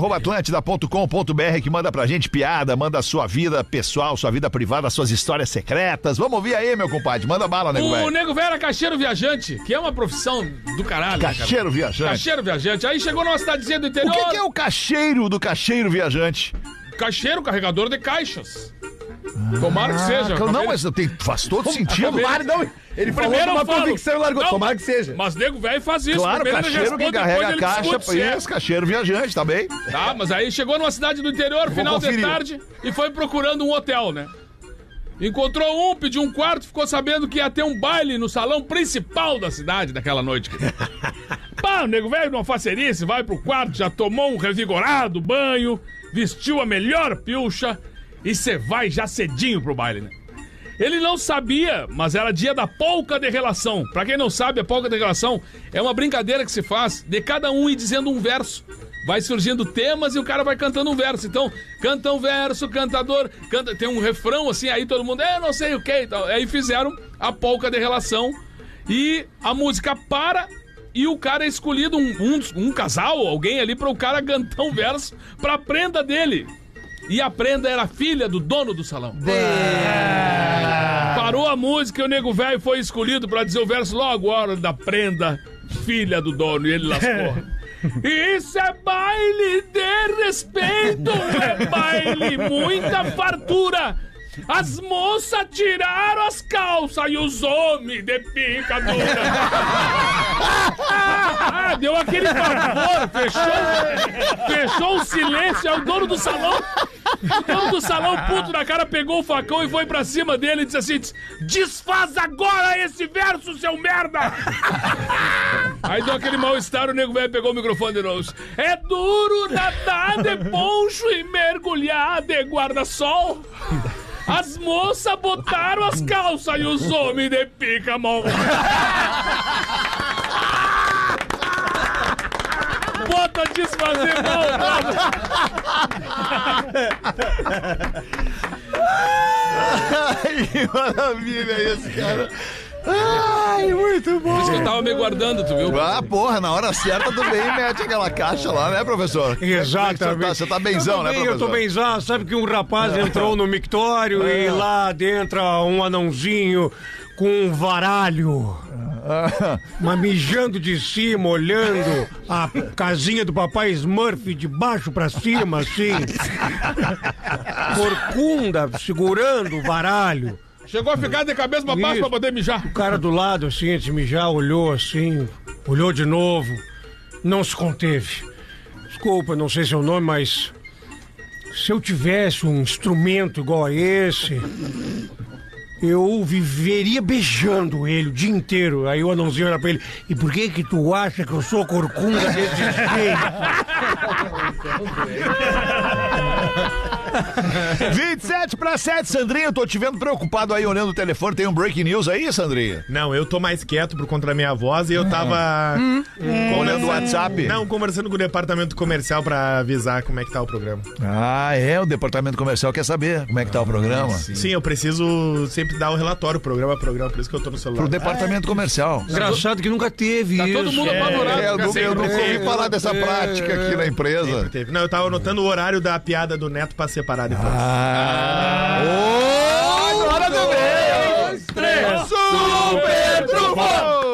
que manda pra gente piada, manda a sua vida pessoal, sua vida privada, suas histórias secretas. Vamos ouvir aí, meu compadre, manda bala, nego O velho. Nego Velho era caixeiro viajante, que é uma profissão do caralho. né, cara? Caixeiro viajante. Caixeiro viajante. Aí chegou numa cidadezinha do O interior. que, que é o cacheiro do cacheiro viajante? Caixeiro, carregador de caixas. Tomara que Ah, seja. claro, Não, Talvez- mas tem, faz todo sentido. Tomara, não. Ele falou Primeiro numa eu falo, convicção e largou. não, Tomara que seja. Mas nego velho faz isso. Claro, primeiro ele cacheiro que responde, carrega a depois ele caixa, discute se é. isso, cacheiro viajante, tá bem? Tá, mas aí chegou numa cidade do interior, Vou final conferir. de tarde, e foi procurando um hotel, né? Encontrou um, pediu um quarto, ficou sabendo que ia ter um baile no salão principal da cidade daquela noite. Pá, o nego velho numa facerice, vai pro quarto, já tomou um revigorado banho, vestiu a melhor pilcha e você vai já cedinho pro baile, né? Ele não sabia, mas era dia da polca de relação. Pra quem não sabe, a polca de relação é uma brincadeira que se faz de cada um ir dizendo um verso. Vai surgindo temas e o cara vai cantando um verso. Então, canta um verso, cantador, canta, tem um refrão assim, aí todo mundo, é, não sei o que e tal. Aí fizeram a polca de relação e a música para e o cara é escolhido, um, um, dos- um casal, alguém ali, para o cara cantar um verso pra prenda dele. E a prenda era a filha do dono do salão. Parou a música e o nego velho foi escolhido pra dizer o verso logo, hora da prenda, filha do dono, e ele lascou. Isso é baile de respeito, é baile, muita fartura. As moças tiraram as calças e os homens de pica dura. Ah, ah, deu aquele pavor, fechou, fechou o silêncio, é o dono do salão. O dono do salão puto na cara pegou o facão e foi pra cima dele e disse assim: desfaz agora esse verso, seu merda! Aí deu aquele mal-estar, o nego velho pegou o microfone de novo. É duro nadar de poncho e mergulhar de guarda-sol. As moças botaram as calças e os homens de pica mão. Bota desfazer mão, Ai, que maravilha é isso, cara. Ai, muito bom. Por isso que eu tava me guardando, tu viu? Ah, porra, na hora certa tu vem e mete aquela caixa lá, né, professor? Como é que Exatamente. Você tá, você tá benzão, eu tô né, bem, professor? Eu tô benzão. Sabe que um rapaz entrou no mictório e lá dentro um anãozinho com um varalho. Mas mijando de cima, olhando a casinha do papai Smurf de baixo pra cima, assim. Corcunda segurando o varalho. Chegou a ficar de cabeça pra baixo pra poder mijar. O cara do lado, assim, antes de mijar, olhou assim, olhou de novo, não se conteve. Desculpa, não sei seu nome, mas se eu tivesse um instrumento igual a esse, eu viveria beijando ele o dia inteiro. Aí o anãozinho olha pra ele, e por que que tu acha que eu sou corcunda desse jeito? 27 para 7, Sandrinho, eu tô te vendo preocupado aí olhando o telefone. Tem um breaking news aí, Sandrinho? Não, eu tô mais quieto por conta da minha voz e eu tava. Hum. É. conversando- Olhando o WhatsApp? Não, conversando com o departamento comercial pra avisar como é que tá o programa. Ah, é, o departamento comercial quer saber como é que tá o programa. Sim. eu preciso sempre dar o relatório, programa a programa, por isso que eu tô no celular. Pro departamento comercial. Engraçado que nunca teve. Tá isso. todo É. mundo apavorado, eu nunca- eu assim, nunca ouvi falar dessa É. prática aqui na empresa. Sempre teve. Não, eu tava anotando o horário da piada do Neto pra separar depois. Ah! agora também! Três! Super Trufão!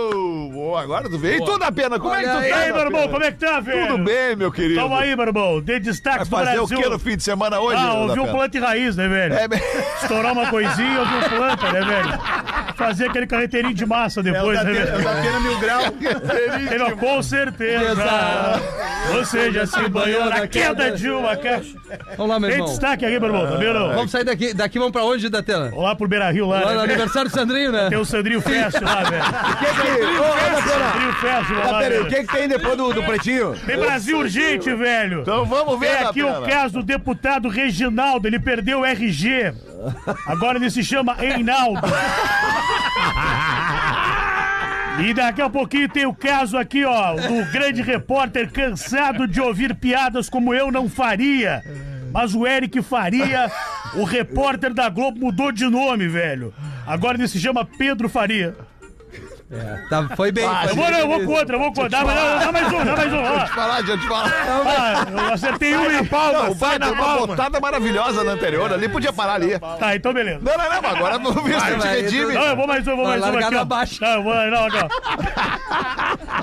Boa, agora tu veio. E tu, da pena, como é que tu E tá, aí, meu irmão, Datena? como é que tá, velho? Tudo bem, meu querido. Tamo aí, meu irmão. Dei destaque Vai fazer do o Brasil. que no fim de semana hoje, Ah, ouvi Datena? um planta e raiz, né, velho? É, bem- Estourar uma coisinha e ouvi um planta, né, velho? Fazer aquele carreteirinho de massa depois, É o né, Então Datena- velho? é o Datena Mil Grau. Carreteirinho de- Com certeza. Você já se banhou na queda de uma caixa. Vamos lá, meu Tem irmão. destaque aqui, meu irmão, também ou não? Vamos sair daqui, daqui vamos pra onde, da tela? Vamos lá pro Beira Rio, lá. Lá né? no aniversário do Sandrinho, né? Tem o Sandrinho Fest lá, velho. é Ô, ô, Datena. Sandrinho Fest lá, Tá, peraí, velho. o que, que tem depois do, do pretinho? Tem Brasil urgente, velho. Então vamos ver, Tem aqui Datena. o caso do deputado Reginaldo. Ele perdeu o RG. Agora ele se chama Reinaldo. E daqui a pouquinho tem o caso aqui, ó, do grande repórter cansado de ouvir piadas como eu não faria. Mas o Eric Faria, o repórter da Globo, mudou de nome, velho. Agora ele se chama Pedro Faria. Tá, foi bem. Ah, foi eu vou, não, eu vou bem. contra, eu vou contra. Dá, dá, dá mais um, dá mais um. Deixa eu te falar, deixa eu te falar. Ah, eu acertei um na e palma, sai Não, vai na na palma. palma. botada maravilhosa na anterior ali, podia parar ali. Tá, então beleza. Não, não, não, agora não vi Vai, se te vai, redime. Não, eu vou mais um, eu vou Vai, mais um largada aqui, ó. abaixo. Não, eu vou, não, aqui, ó.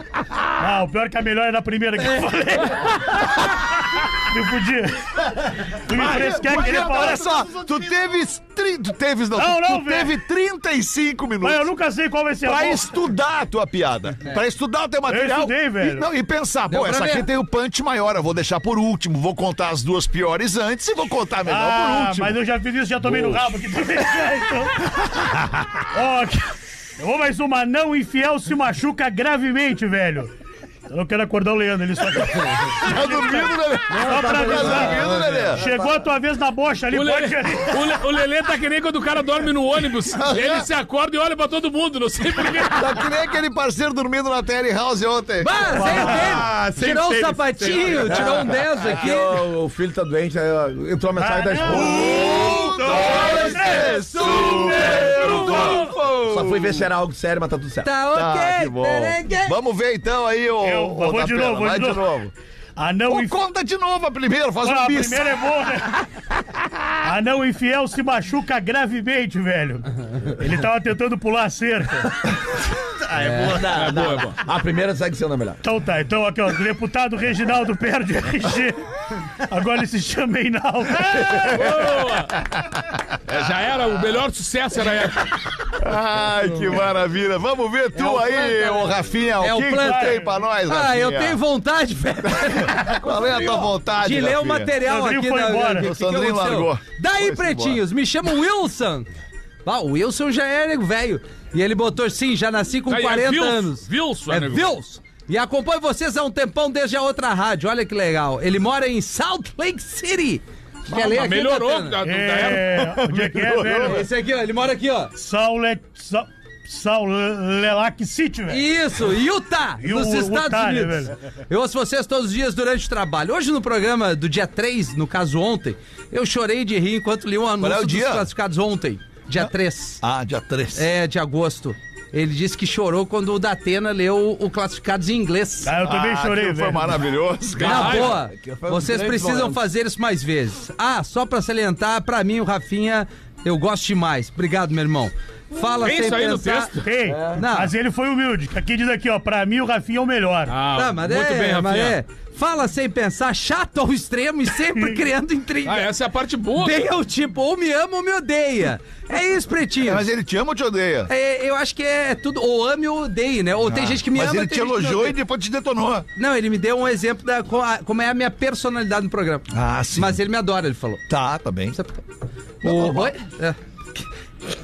Ah, o pior é que a melhor é da primeira que eu falei. Me podia. Tu me Vai, fresquei que vai, queria falar. Olha só, tu teves. tri- Tu teves, não. Não, tu- não, tu velho. teve 35 minutos. Mas "Ah, eu nunca sei qual vai ser a Pra boa. estudar a tua piada. É. Pra estudar o teu material. estudei, velho. E, não, e pensar, Deu pô, pra essa aqui ver. tem o punch maior, eu vou deixar por último. Vou contar as duas piores antes e vou contar a melhor Ah, por último. mas eu já fiz isso, já tomei no Boa. rabo aqui também. já, então. Ó, que- eu vou mais uma. Não infiel se machuca gravemente, velho. Eu não quero acordar o Leandro, ele só... Tá dormindo, Lelê? Só pra Tá dormindo, avisar. Lelê? Chegou a tua vez na bocha ali, O Lelê, pode... o Le- o Lelê tá que nem quando o cara dorme no ônibus. Ele se acorda e olha pra todo mundo, não sei porquê. Tá que nem aquele parceiro dormindo na Terry House ontem. Mas, sem o tênis. Ah, sem tirou tênis, o sapatinho, sem- tirou um 10 aqui. Ah, O, o filho tá doente, aí ó, entrou a mensagem tá da esposa. Um, dois, três, Só fui ver se era algo sério, mas tá tudo certo. Tá ok, que bom. perengue. Vamos ver então aí, ô. Eu- ô, vou de Datena, novo, vou vai de de novo. novo. A não Pô, inf- conta de novo a primeira, faz Ah, um a bis. primeira é boa, né? A não infiel se machuca gravemente, velho. Ele tava tentando pular a cerca. Ah, é, boa, dá, é dá. boa, é boa. A primeira segue sendo a melhor. Então tá, então aqui, ó. O deputado Reginaldo perde o RG. Agora ele se chama Reinaldo. É, já era, o melhor sucesso era essa. Ai, que maravilha. Vamos ver tu aí, ô Rafinha. É o o que, planta. que tem pra nós, Rafinha? Ah, eu tenho vontade, velho. Qual é a tua vontade, De ler o Rafinha? material Sandrinho aqui. foi da- embora. que- que O Sandrinho aconteceu? largou. Daí, pretinhos, me chama Wilson. Ah, o Wilson já é nego velho. E ele botou sim, já nasci com Aí, é 40 Wilson, anos. Wilson, é nego. Wilson. E acompanho vocês há um tempão desde a outra rádio. Olha que legal. Ele mora em Salt Lake City. Quer ler aqui, Ah, melhorou Datena? da, da É, era. onde é que é, velho? Esse aqui, ó, ele mora aqui, ó. Saulet. Sa- Saulelac City, velho. Isso, Utah, E nos o- o Estados Utah, né, Unidos. velho? Eu ouço vocês todos os dias durante o trabalho. Hoje no programa do dia 3, no caso ontem, eu chorei de rir enquanto li um anúncio é o dia? dos classificados ontem. Dia 3. Ah, dia 3. É, de agosto. Ele disse que chorou quando o Datena leu o Classificados em inglês. Ah, eu também Ah, chorei, aquilo Foi velho. maravilhoso, cara. Na boa, foi um vocês grande precisam momento. fazer isso mais vezes. Ah, só pra salientar, pra mim o Rafinha, eu gosto demais. Obrigado, meu irmão. Fala Tem sem isso aí no pensar. texto? Tem, Não. mas ele foi humilde. Aqui diz aqui, ó, pra mim o Rafinha é o melhor. Tá, mas muito é, bem, Rafinha. mas é. Fala sem pensar, chato ao extremo e sempre criando intriga. Ah, essa é a parte boa. Bem ao tipo, ou me ama ou me odeia. É isso, pretinho. Mas ele te ama ou te odeia? É, eu acho que é tudo, ou ame ou odeie, né? Ou tem gente que me Mas ama ele tem te gente que me elogiou odeia. e depois te detonou. Não, ele me deu um exemplo da co- a- como é a minha personalidade no programa. Ah, sim. Mas ele me adora, ele falou. Tá, tá bem. O, oi? É.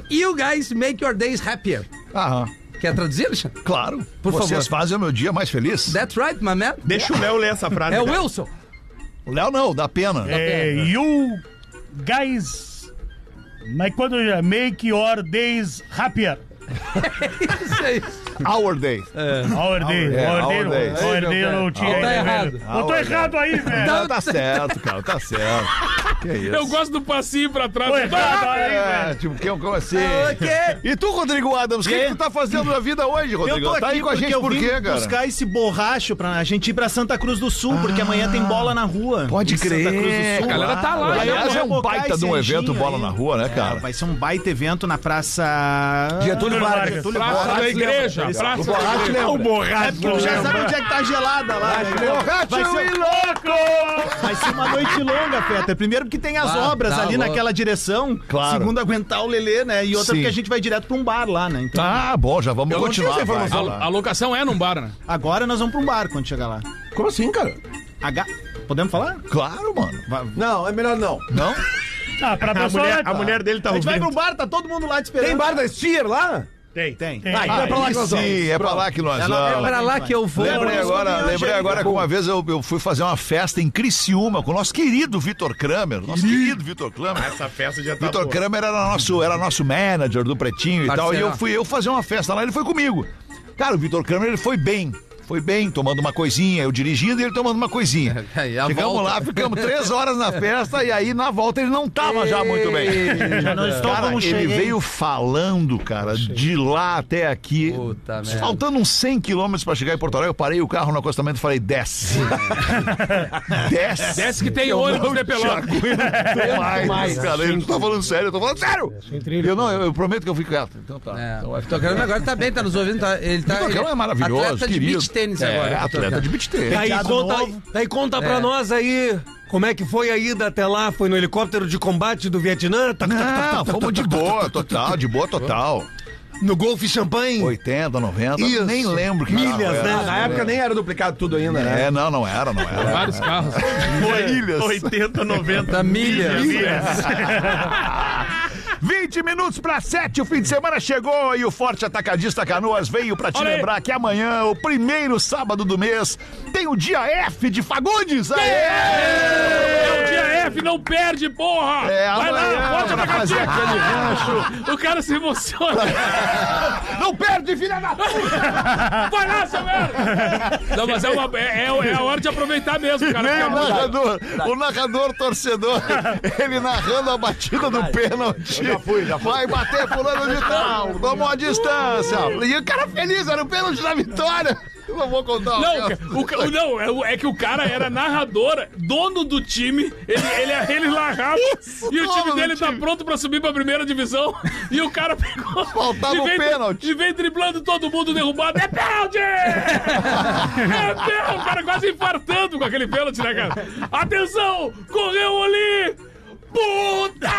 You guys make your days happier. Aham. Quer traduzir, Alexandre? Ah, Claro. Por Vocês favor. fazem o meu dia mais feliz. That's right, my man. É né? Deixa o Léo ler essa frase. É o Wilson. O Léo não, dá pena. É, you guys, mas quando já make your days happier. É. Our day. Our day. É, Our day. our day. Our day eu não tinha. Tá ainda, errado. velho. Eu tô Our errado day. aí, velho. Não, tá certo, cara, tá certo. Que isso. Eu gosto do passinho pra trás. Tá Tô errado aí, Ah, velho. Tipo, que eu como assim? Ah, ok. E tu, Rodrigo Adams, o que, É, Quê? que tu tá fazendo na vida hoje, Rodrigo? Eu tô tá aqui aí com a porque gente eu por vim quê, cara? buscar esse borracho pra gente ir pra Santa Cruz do Sul, porque amanhã tem bola na rua. Pode Em crer, Santa Cruz do Sul. a galera tá lá. Aí eu Aliás, vou é um rebocar baita esse de um evento anjinho bola aí. na rua, né, É, cara? vai ser um baita evento na Praça... Getúlio Vargas. Getúlio Praça Vargas. da igreja, Lembra. praça O da borracho igreja. lembra. O borracho É porque tu já lembra. sabe onde é que tá gelada lá. Vai, um né? borracho Vai ser- e louco! Vai ser uma noite longa, Feta. Primeiro porque tem as Ah, obras tá ali louco. naquela direção. Claro. Segundo, aguentar o Lelê, né? E outra Sim. porque a gente vai direto pra um bar lá, né? Então, Tá bom, já vamos Eu não tinha continuar. essa vai. informação. Alô, A locação é num bar, né? Agora nós vamos pra um bar quando chegar lá. Como assim, cara? H... Podemos falar? Claro, mano. Não, é melhor não. Não? Ah, pra pessoa, né, tá. dele tá a gente vai pro bar, tá todo mundo lá te esperando. Tem bar da Steer lá? Tem. Tem. Ah, então é pra lá que nós Sim, vamos. é pra Pronto. lá que nós É vamos. lá- é pra lá que eu vou. Lembrei agora, lembrei agora que uma vez eu, eu fui fazer uma festa em Criciúma com o nosso querido Vitor Kramer. Nosso querido Vitor Kramer. Essa festa já tá Vitor boa. Kramer era nosso, era nosso manager do Pretinho e tal. E Parceiro. eu fui eu fazer uma festa lá, ele foi comigo. Cara, o Vitor Kramer ele foi bem. Foi bem, tomando uma coisinha, eu dirigindo e ele tomando uma coisinha. E a ficamos volta? lá, ficamos três horas na festa e aí na volta ele não tava já muito bem. Já não estou Cara, como ele cheguei. veio falando, cara, de lá até aqui. merda. faltando uns 100 quilômetros pra chegar em Porto Alegre, eu parei o carro no acostamento e falei, desce. desce. Desce que tem Eu ônibus não de te Pelotas. aguento mais, mais. cara. Eu não tô falando sério, eu tô falando sério. Eu não, eu, eu prometo que eu fico quieto. Então tá. É, Então o vai Vitor Kramer agora tá bem, tá nos ouvindo. Tá, ele tá, Vitor Kramer ele- é maravilhoso, Atleta de querido. beach tênis É, agora. Vitor atleta Kramer. de beach tênis. Tá Daí Penteado conta, novo. daí conta pra É. nós aí como é que foi a ida até lá. Foi no helicóptero de combate do Vietnã? Tá, tá, tá, Não, fomos É, de boa, total, de boa total. No Golfe Champanhe? 80, 90, Isso. nem lembro que Milhas, carro era. né? Na época nem era duplicado tudo ainda, né? É, não, não era, não era. Vários carros. Milhas. 80, 90 Tá milhas. É. milhas. 20 minutos para 7, o fim de semana chegou e o Forte Atacadista Canoas veio para te Olha aí. lembrar que amanhã, o primeiro sábado do mês, tem o dia F de Fagundes. Aê! É o dia F, não perde, porra! É, Vai amanhã, lá, bota pra pra fazer cadeia! aquele O cara se emociona. Não perde, filha da puta! Vai lá, seu merda! Não, mas é, uma, é, é- é a hora de aproveitar mesmo, cara. Nem o Fica- narrador, o narrador torcedor, ele narrando a batida do pênalti. Vai bater pulando de tal, tomou a distância. E o cara feliz, era o pênalti da vitória. Eu Não vou contar o Não, resto. o ca- o- não é, o- é que o cara era narrador, dono do time, ele, ele, ele larrava e o dono time do dele tá time. pronto pra subir pra primeira divisão e o cara pegou. Faltava e o vem- pênalti. E vem driblando todo mundo derrubado. É pênalti! É pênalti! O cara quase infartando com aquele pênalti, né, cara? Atenção! Correu ali! Puta!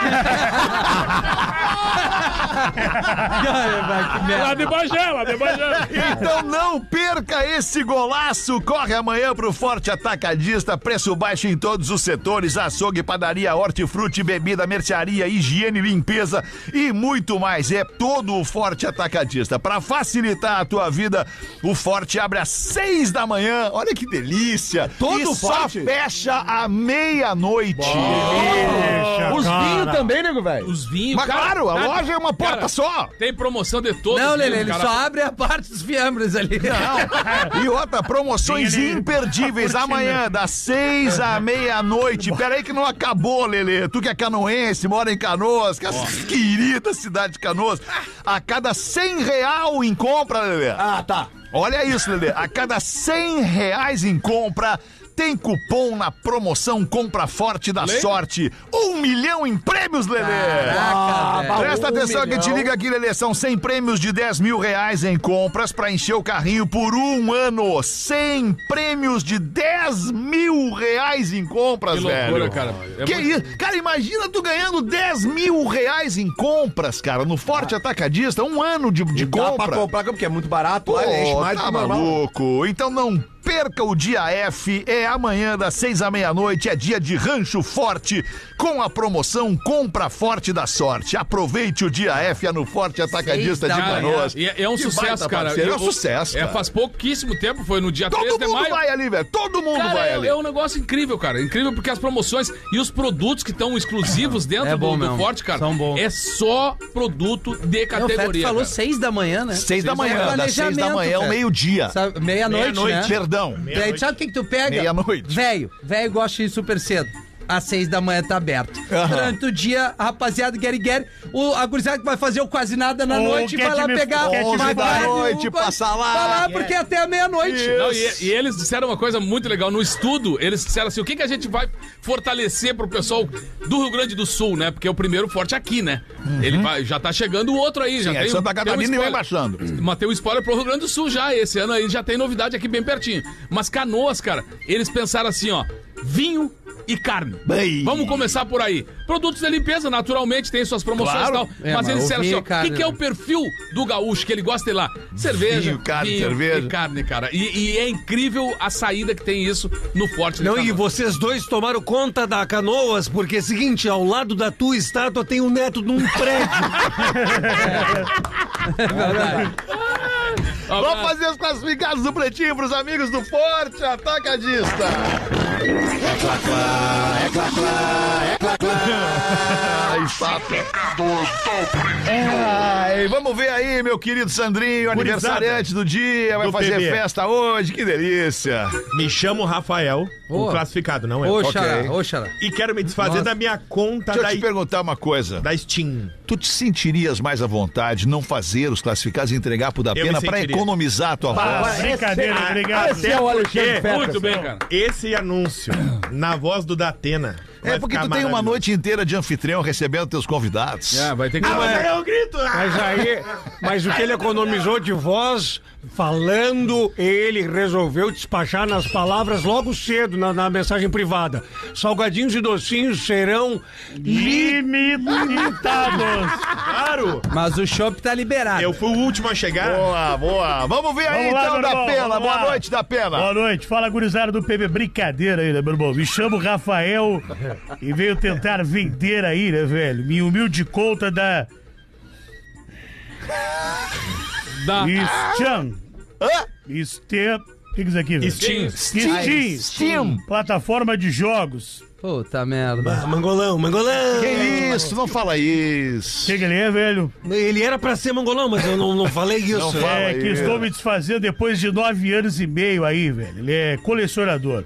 Vai, que merda. Lá de Bagé, lá de Bagé. Então não perca esse golaço. Corre amanhã pro Forte Atacadista. Preço baixo em todos os setores: açougue, padaria, hortifruti, bebida, mercearia, higiene, limpeza e muito mais. É todo o Forte Atacadista. Para facilitar a tua vida, o Forte abre às seis da manhã. Olha que delícia. todo e só Forte? fecha à meia-noite. Os vinhos tá- também, nego, velho. Os vinhos, Mas cara, claro, a cara, loja é uma porta cara, só. Tem promoção de todos. Não, os Lele, vinhos, ele cara. só abre a parte dos fiambres ali. Ah, E outra, promoções Tem ali- imperdíveis tá curtindo. amanhã, das seis à meia-noite. Peraí que não acabou, Lelê. Tu que é canoense, mora em Canoas, que é essa querida cidade de Canoas. A cada cem real em compra, Lelê. Ah, tá. Olha isso, Lelê. A cada 100 reais em compra, tem cupom na promoção Compra Forte da Sorte. Um milhão em prêmios, Lelê! Ah, Caraca, É. velho. Presta um atenção que te milhão. liga aqui, Lelê. São 100 prêmios de 10 mil reais em compras pra encher o carrinho por um ano. 100 prêmios de 10 mil reais em compras, Que loucura, velho. cara. É que muito- isso? Cara, imagina tu ganhando 10 mil reais em compras, cara, no Ah. Forte Atacadista. Um ano de, de Dá compra. pra comprar, porque é muito barato. lá, ele enche mais Pô, que tá o normal. maluco. Então não perca o dia F, é amanhã das seis à meia-noite, é dia de Rancho Forte, com a promoção Compra Forte da Sorte. Aproveite o dia F, é no Forte Atacadista de Cara, Canoas. e é, e é um Que sucesso, baita cara. parceiro, É um Eu- sucesso, é, cara. Faz pouquíssimo tempo, foi no dia Todo 13 de mundo maio. vai ali, velho. Todo mundo Cara, vai é, ali. É um negócio incrível, cara. Incrível porque as promoções e os produtos que estão exclusivos dentro É do- bom do, mesmo. Forte, cara, São bons. é só produto É, Não, de É, o Fetter categoria. falou cara. seis da manhã, né? Seis da manhã, É das planejamento, seis da manhã um ao Fetter. meio-dia. Sabe, Meia-noite, Meia-noite, né? perdão. E aí, Meia-noite. sabe o que, que tu pega? Meia-noite. Velho, velho gosta de ir super cedo. Às seis da manhã tá aberto. Aham. Durante o dia, a rapaziada, get get, o, a gurizada que vai fazer o quase nada na O noite get vai lá me- pegar get me uma fora. carne, Noite, um- passar lá. Vai lá, porque é até a meia-noite. Não, e, e eles disseram uma coisa muito legal no estudo. Eles disseram assim: o que, que a gente vai fortalecer pro pessoal do Rio Grande do Sul, né? Porque é o primeiro forte aqui, né? Ele vai- já tá chegando o outro aí, já Uhum. Sim, é tem. Santa tem um Catarina e vem spoiler. baixando. Mas tem um spoiler pro Rio Grande do Sul já. Esse ano aí já tem novidade aqui bem pertinho. Mas canoas, cara, eles pensaram assim: ó, vinho. E carne. Vamos começar por aí. Produtos da limpeza, naturalmente, tem suas promoções Claro. e tal. É, mas mas eles o disseram assim: vinho ó, e o que, carne, que é né? o perfil do gaúcho que ele gosta de lá? Cerveja. Vinho, carne, cerveja. E carne, cara. E, e é incrível a saída que tem isso no Forte. Não, de e Canoas. vocês dois tomaram conta da Canoas, porque é o seguinte, ao lado da tua estátua tem um neto de um prédio. Vamos fazer os classificados do Pretinho pros amigos do Forte Atacadista. É Ai, vamos ver aí, meu querido Sandrinho, Gurizada. aniversariante do dia, vai Do fazer PB. festa hoje, que delícia. Me chamo Rafael, Ô. o classificado, não é? Ô, xará, Ok. ô, xará. E quero me desfazer Nossa. da minha conta Deixa eu da te perguntar uma coisa. Da Steam. Tu te sentirias mais à vontade não fazer os classificados e entregar pro da Eu me pena pra sentiria. economizar a tua Ah, voz? brincadeira, Ah, obrigado. esse é o Alexandre Fetter. Muito bem, cara. Esse anúncio na voz do Datena. É porque tu tem uma noite inteira de anfitrião recebendo teus convidados. É, vai ter que- Ah, mas aí eu grito. Mas aí, mas o que ele economizou de voz, falando, ele resolveu despachar nas palavras logo cedo, na, na mensagem privada. Salgadinhos e docinhos serão limitados. Claro! Mas o shopping tá liberado. Eu fui o último a chegar. Boa, boa. Vamos ver aí, então, da pena. Boa noite, da pena. Boa noite. Fala, gurizada do PB. Brincadeira aí, né, meu irmão? Me chamo Rafael e veio tentar vender aí, né, velho? Minha humilde conta da... Da... Steam. Hã? Steam. O que que é isso aqui, velho? Steam. Steam. Steam. Steam. Plataforma de jogos. Puta merda. Tá, mangolão, mangolão. Que isso, não fala isso. Que que ele é, velho? Ele era pra ser mangolão, mas eu não, não falei isso. é, que estou me desfazendo depois de nove anos e meio aí, velho. Ele é colecionador.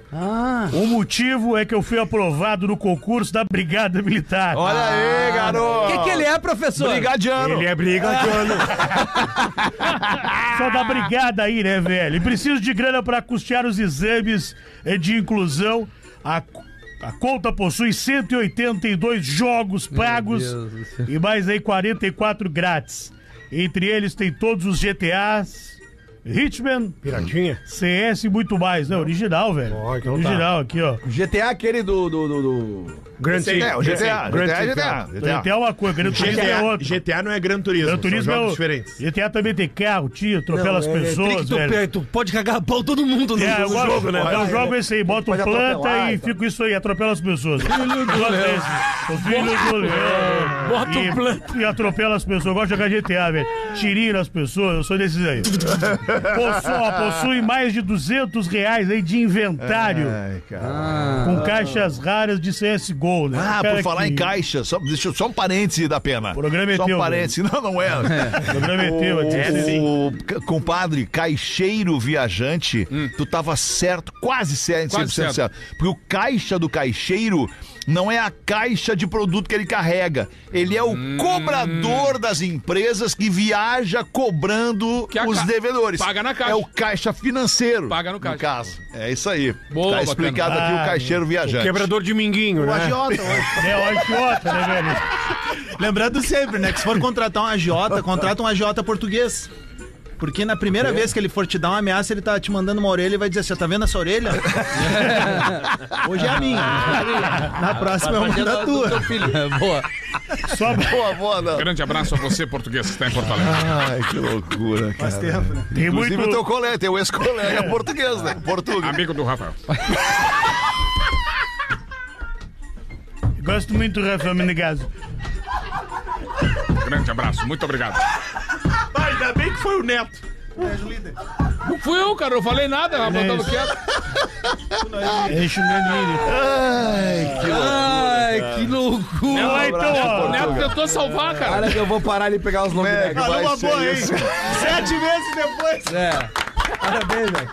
O motivo é que eu fui aprovado no concurso da Brigada Militar. Olha Ah, aí, garoto. O Que que ele é, professor? Brigadiano. Ele é brigadiano. Só da brigada aí, né, velho? E preciso de grana para custear os exames eh, de inclusão. A, a conta possui 182 jogos pagos Deus do e mais aí 44 grátis. Entre eles tem todos os GTAs, Hitman, Piratinha, CS e muito mais, né? Original, velho. então tá. Original aqui, ó. GTA aquele do. do, do, do... Grand Theft. É, o GTA, Grand GTA, Theft. GTA. GTA é uma coisa, Gran Turismo GTA, é outra. GTA não é Gran Turismo. Gran Turismo são é jogos o... diferentes. GTA também tem carro, tiro, atropela as é, é pessoas, trick do velho. pé, tu pode cagar a pau todo mundo no, É, no eu gosto- jogo, né? Eu jogo esse aí, boto Pode planta atropelar e e tal. fico isso aí, atropelo as pessoas. Filho do Leão. O filho do Leão. Bota e, um planta. E atropela as pessoas. Eu gosto de jogar GTA, velho. Tirinho nas pessoas, eu sou desses aí. Possu- ó, possui mais de 200 reais aí de inventário. É. com caixas raras de CSGO, né? Ah, Cara por falar em que- caixa, só, deixa, eu- só um parêntese da pena. programa é só teu, um parêntese. Não, não é. O programa é teu, é teu. É, sim. o, o ca- compadre, caixeiro viajante, tu tava certo, quase cer- 100% Hum. Quase certo. certo. Porque o caixa do caixeiro não é a caixa de produto que ele carrega. Ele é o Hum. cobrador das empresas que viaja cobrando a os ca- devedores. paga na caixa. É o caixa financeiro. Paga no caixa. caso. É isso aí. Boa, tá bacana. explicado aqui o Ah, caixeiro viajante. Quebrador de minguinho, né? É o agiota, né, velho? Lembrando sempre, né, que se for contratar um agiota, contrata um agiota português. Porque na primeira vez que ele for te dar uma ameaça, ele tá te mandando uma orelha e vai dizer assim, tá vendo essa orelha? Hoje é a minha. Na próxima eu mando a tua. Boa. Só boa, boa, não. Grande abraço a você, português, que está em Porto Alegre. Ai, que loucura, cara. tempo, né? Tem Inclusive muito- Ah, o teu colega, teu ex-colega português, né? Português. Amigo do Rafael. Gosto muito do Rafael Menegaso. Grande abraço, muito obrigado. Ainda bem que foi o Neto. Não fui eu, cara, não falei nada, tava botando quieto. Deixa o Ai, que Ai, que loucura. Não, então, ó. O Neto tentou salvar, cara. Olha que eu vou parar ali e pegar os long neck. Ah, Tá vai numa ser boa, hein? isso. Sete meses depois. É. Parabéns, velho.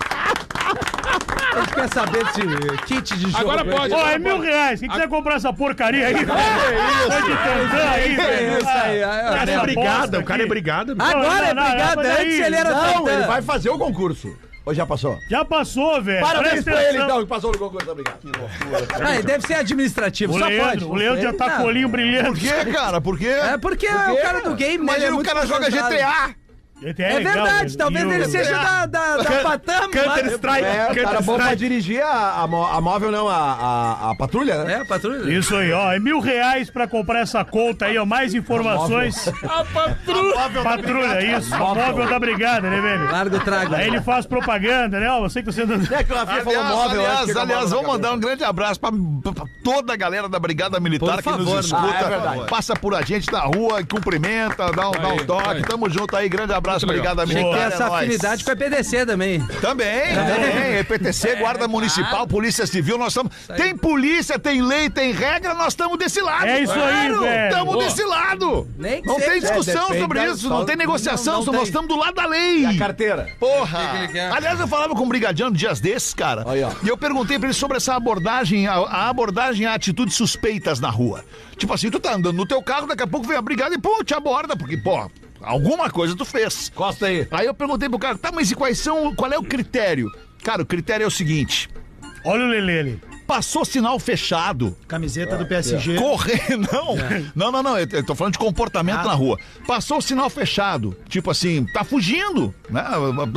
A gente quer saber se kit de jogo. Agora pode. Ó, é mil reais. Quem quiser comprar essa porcaria aí, pode tentar aí, É velho. isso aí, Ah, é. O cara é essa brigada, bosta o cara é aqui. Ah, brigada. bicho. Agora é não, não, brigada. não, Antes ele era Não, ele Tantan. vai fazer o concurso. Ou já passou? Já passou, velho. Parabéns Presta pra ele, atenção. então, que passou no concurso. Obrigado. Que loucura. Ah, ele deve ser administrativo, O só pode. Leandro, o Leandro já tá Não. colinho Por brilhante. quê, cara? Por quê? É porque é o cara do game, né? Ele é Imagina o muito cara joga concentrado. GTA. É, verdade, talvez ele seja da, da, da Patama. Counter lá. Strike. É, o Counter cara bom pra Strike. dirigir a, a, mo- a móvel, não, a, a, a patrulha, né? É, patrulha. Isso aí, ó. É mil reais pra comprar essa conta aí, ó. Mais informações. A patrulha. Patrulha, isso. O Móvel. móvel da brigada, né, velho? Larga o trago. Aí ele faz propaganda, né? Ó, você que você... É que o Rafinha falou móvel. né? acho que aliás, é aliás, móvel vamos na mandar um grande abraço pra, pra toda a galera da Brigada Militar Por que favor, nos né? Ah, é escuta, verdade. passa por a gente na rua, cumprimenta, dá um, dá um Aí, toque. aí. Tamo junto aí, grande abraço, Muito legal. Brigada Tem que Militar. ter é essa nóis. afinidade É. com a PDC também. Também, também. EPTC, Guarda Municipal, Polícia Civil, nós estamos. Tem polícia, tem lei, tem regra, nós estamos desse lado. É isso aí, velho. Estamos Boa. desse lado. Nem que não tem seja. discussão É, depende sobre da- isso, só- não tem negociação, não, não só tem. nós estamos do lado da lei. cabeça. A carteira. Porra! que ele quer? Aliás, eu falava com um brigadiano dias desses, cara. Aí, ó. E eu perguntei pra ele sobre essa abordagem, a, a abordagem a atitudes suspeitas na rua. Tipo assim, tu tá andando no teu carro, daqui a pouco vem a brigada e, pô, te aborda, porque, pô, alguma coisa tu fez. Costa aí. Aí eu perguntei pro cara, tá, mas e quais são, qual é o critério? Cara, o critério é o seguinte: Olha o Lele ali. passou sinal fechado, É. Camiseta É, do PSG. correr, não. Não, não, não, eu eu tô falando de comportamento na rua. Passou o sinal fechado, tipo assim, tá fugindo, né?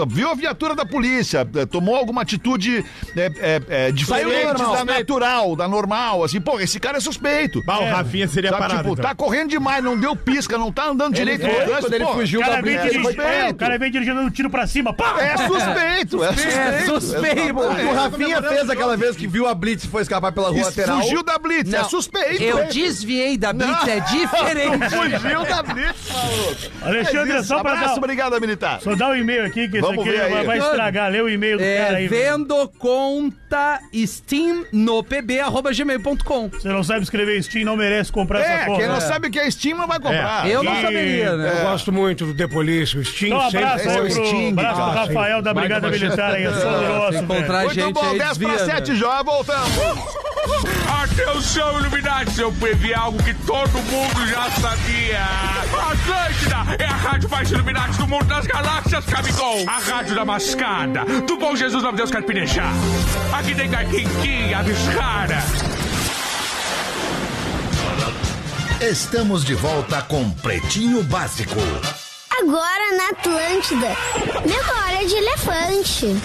Viu a viatura da polícia, eh, tomou alguma atitude é, é, é, diferente normal. da natural, da normal, assim, pô, esse cara é suspeito. Bah, o Rafinha seria Sabe, parado. tipo, então. tá correndo demais, não deu pisca, não tá andando direito. no foi, trânsito, quando ele pô, fugiu O da cara vem briga. Gabriel, dirigindo, respeito. é, o cara vem dirigindo um tiro pra cima. Pá! É suspeito, é suspeito. É, suspeito. O que o Rafinha fez aquela vez que viu a Blitz e foi escapar pela rua Isso, lateral. Fugiu da blitz, é Não, suspeito. Eu é. desviei da Blitz, Não. é diferente. Fugiu da blitz, maluco. Alexandre, É isso, só pra Abraço, dar- um- Brigada Militar. Só dá o um e-mail aqui, que Vamos esse ver aqui aí. vai, vai estragar. Lê o e-mail do cara É, aí. velho. vendo conta Steam no pb.gmail.com. Você não sabe escrever Steam, não merece comprar essa Tá É, porra. quem não sabe o que é Steam não vai comprar. né? Eu não e- saberia, né? Eu gosto muito do The Police, o Sting Então, um sempre abraço foi. aí Esse pro, Sting, abraço pro é cara. Rafael da Brigada Militar aí, é só do Se nosso, encontrar velho. a Muito gente é bom, aí 10 desvia. para 7 já, voltamos. Atenção, iluminados, eu previ é algo que todo mundo já sabia. Atlântida é a rádio mais iluminada do mundo das galáxias, Camigol. A rádio da mascada, do bom Jesus, nome de Deus, Carpinejar. Aqui tem Carquinquim, a biscara. Estamos de volta com Pretinho Básico. Agora na Atlântida. Memória de elefante.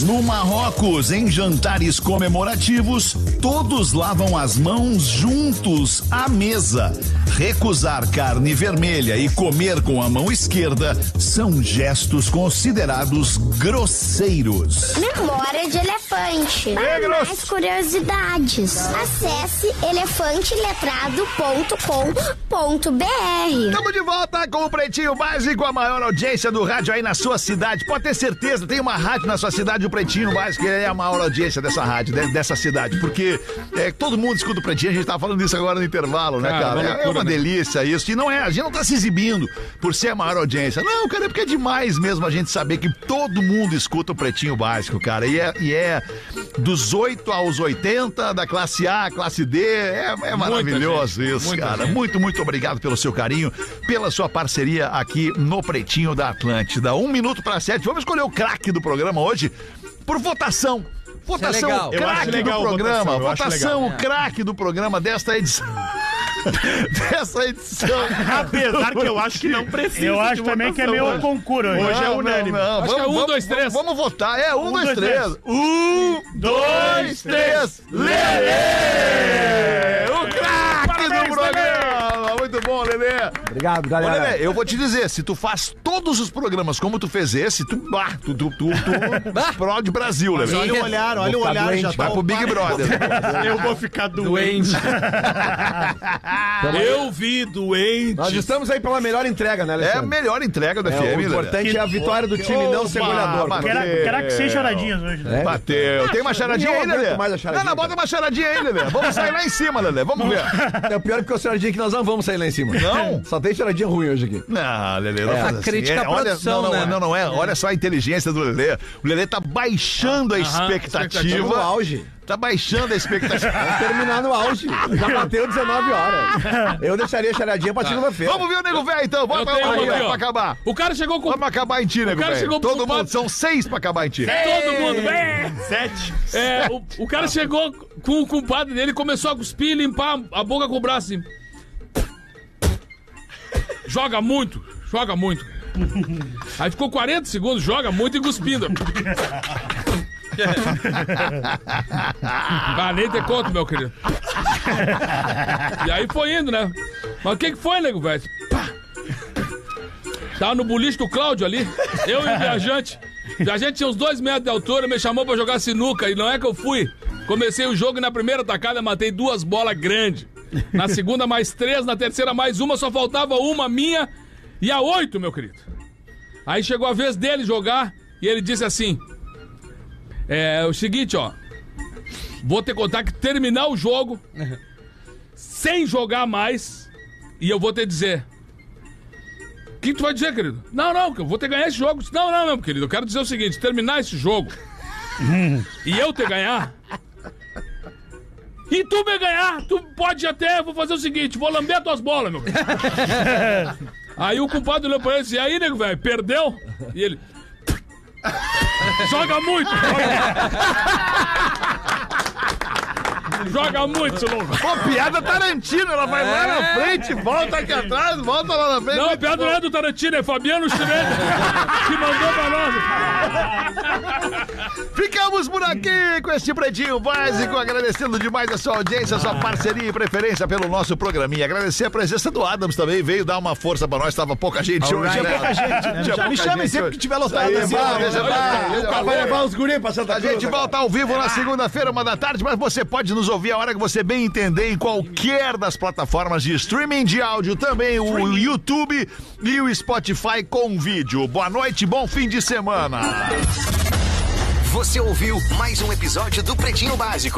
No Marrocos, em jantares comemorativos, todos lavam as mãos juntos à mesa. Recusar carne vermelha e comer com a mão esquerda são gestos considerados grosseiros. Memória de elefante. Para mais curiosidades, acesse elefanteletrado.com.br. Estamos de volta com o Pretinho Básico, a maior audiência do rádio aí na sua cidade. Pode ter certeza, tem uma rádio na sua cidade, o Pretinho Básico, ele é a maior audiência dessa rádio, de- dessa cidade. Porque é, todo mundo escuta o Pretinho, a gente tava falando isso agora no intervalo, né, Cara, cara? uma É- é loucura, uma né? delícia isso. E não é, a gente não tá se exibindo por ser a maior audiência. Não, cara, é porque é demais mesmo a gente saber que todo mundo escuta o Pretinho Básico, cara. E é, e é dos 8 aos 80, da classe A, classe D, é, é maravilhoso gente, isso, muita cara. gente. Muito, muito obrigado pelo seu carinho, pela sua parceria aqui no Pretinho da Atlântida. Um minuto para sete. Vamos escolher o craque do programa hoje por votação. Votação, legal. o Eu acho craque do legal a programa. votação, eu acho Votação, o legal. craque do programa desta edição. dessa edição. Apesar que eu acho que não precisa. Eu tipo acho de também que é votação meio hoje. concurso. né? hoje. Hoje é unânime. Acho que é um, dois, três. Ah, Vamos votar. É um, dois, três. Um, dois, três. Lelê! O craque do programa! Muito bom, Lelê. Obrigado, Ô, galera. Lelê, eu vou te dizer, se tu faz todos os programas como tu fez esse, tu, bah, tu, tu, tu, tu pró de Brasil, Lelê. Mas olha o olhar, olha Vou o ficar olhar, já doente. Vai tá pro Big Brother. Eu vou ficar doente. Doente. Eu vi doente. Nós estamos aí pela melhor entrega, né, É Alexandre? a melhor entrega do É, FM, o Lelê. importante é a vitória do time, não ser Opa, goleador. bateu. Quero, quero É. que seja choradinhas hoje. né? É. Bateu. Tem uma charadinha Eu aí, aguento Lelê? mais a charadinha, então. não, não, bota uma charadinha aí, Lelê. Vamos sair lá em cima, Lelê. Vamos ver. É o pior que o senhoradinho que nós não vamos sair lá em cima. Não? Só tem choradinha ruim hoje aqui. Não, Lelê, não É, faz a assim. crítica à olha, produção, não, não, né? não, não é. Olha só a inteligência do Lelê. O Lelê tá baixando a expectativa. No auge. Tá baixando a expectativa. Vamos terminar no auge. Já bateu 19 horas. Eu deixaria a charadinha pra segunda-feira. Tá. Vamos ver o Nego Velho, então. Bota tenho o Nego uma aqui, Velho ó. pra acabar. O cara chegou com Vamos acabar em ti, Nego cara Velho. chegou Todo mundo. preocupado. São seis pra acabar em ti. todo mundo. É, Sete. É, o, o cara chegou com o compadre dele, começou a cuspir e limpar a boca com o braço assim. Joga muito, joga muito. Aí ficou 40 segundos, joga muito e cuspindo. Ah, nem ter conto, meu querido. E aí foi indo, né? Mas o que, que foi, nego, velho? Pá. Tava no boliche do Cláudio ali, eu e o viajante. O viajante tinha uns dois metros de altura, me chamou pra jogar sinuca, e não é que eu fui. Comecei o jogo e na primeira tacada matei duas bolas grandes. Na segunda mais três, na terceira mais uma, só faltava uma minha e a oito, meu querido. Aí chegou a vez dele jogar e ele disse assim: É o seguinte, ó. Vou ter contar que terminar o jogo sem jogar mais e eu vou te dizer. O que tu vai dizer, querido? Não, não, que eu vou ter que ganhar esse jogo. Não, não, não, querido. Eu quero dizer o seguinte: terminar esse jogo e eu ter ganhar. E tu me ganhar, tu pode até. Vou fazer o seguinte: vou lamber as tuas bolas, meu querido. Aí o culpado olhou pra ele e disse: E aí, nego, velho, perdeu? E ele. Joga muito! Joga muito, seu louco! Pô, piada Tarantino. Ela vai lá na frente, volta aqui atrás, volta lá na frente. Não, vai- a piada não é do Tarantino, é Fabiano Chinelli que mandou pra nós. Ficamos por aqui com este Pretinho Básico, agradecendo demais a sua audiência, a sua parceria e preferência pelo nosso programinha. Agradecer a presença do Adams também, veio dar uma força pra nós, tava pouca gente hoje, né? pouca gente, né? Já me chamem sempre que tiver lotado. Aí, assim, vai, né? vai, vai, vai. Vai levar os guris pra Santa A Cruz. gente volta ao vivo na segunda-feira, uma da tarde, mas você pode nos ouvir a hora que você bem entender em qualquer das plataformas de streaming de áudio, também o YouTube e o Spotify com vídeo. Boa noite, bom fim de semana. Você ouviu mais um episódio do Pretinho Básico.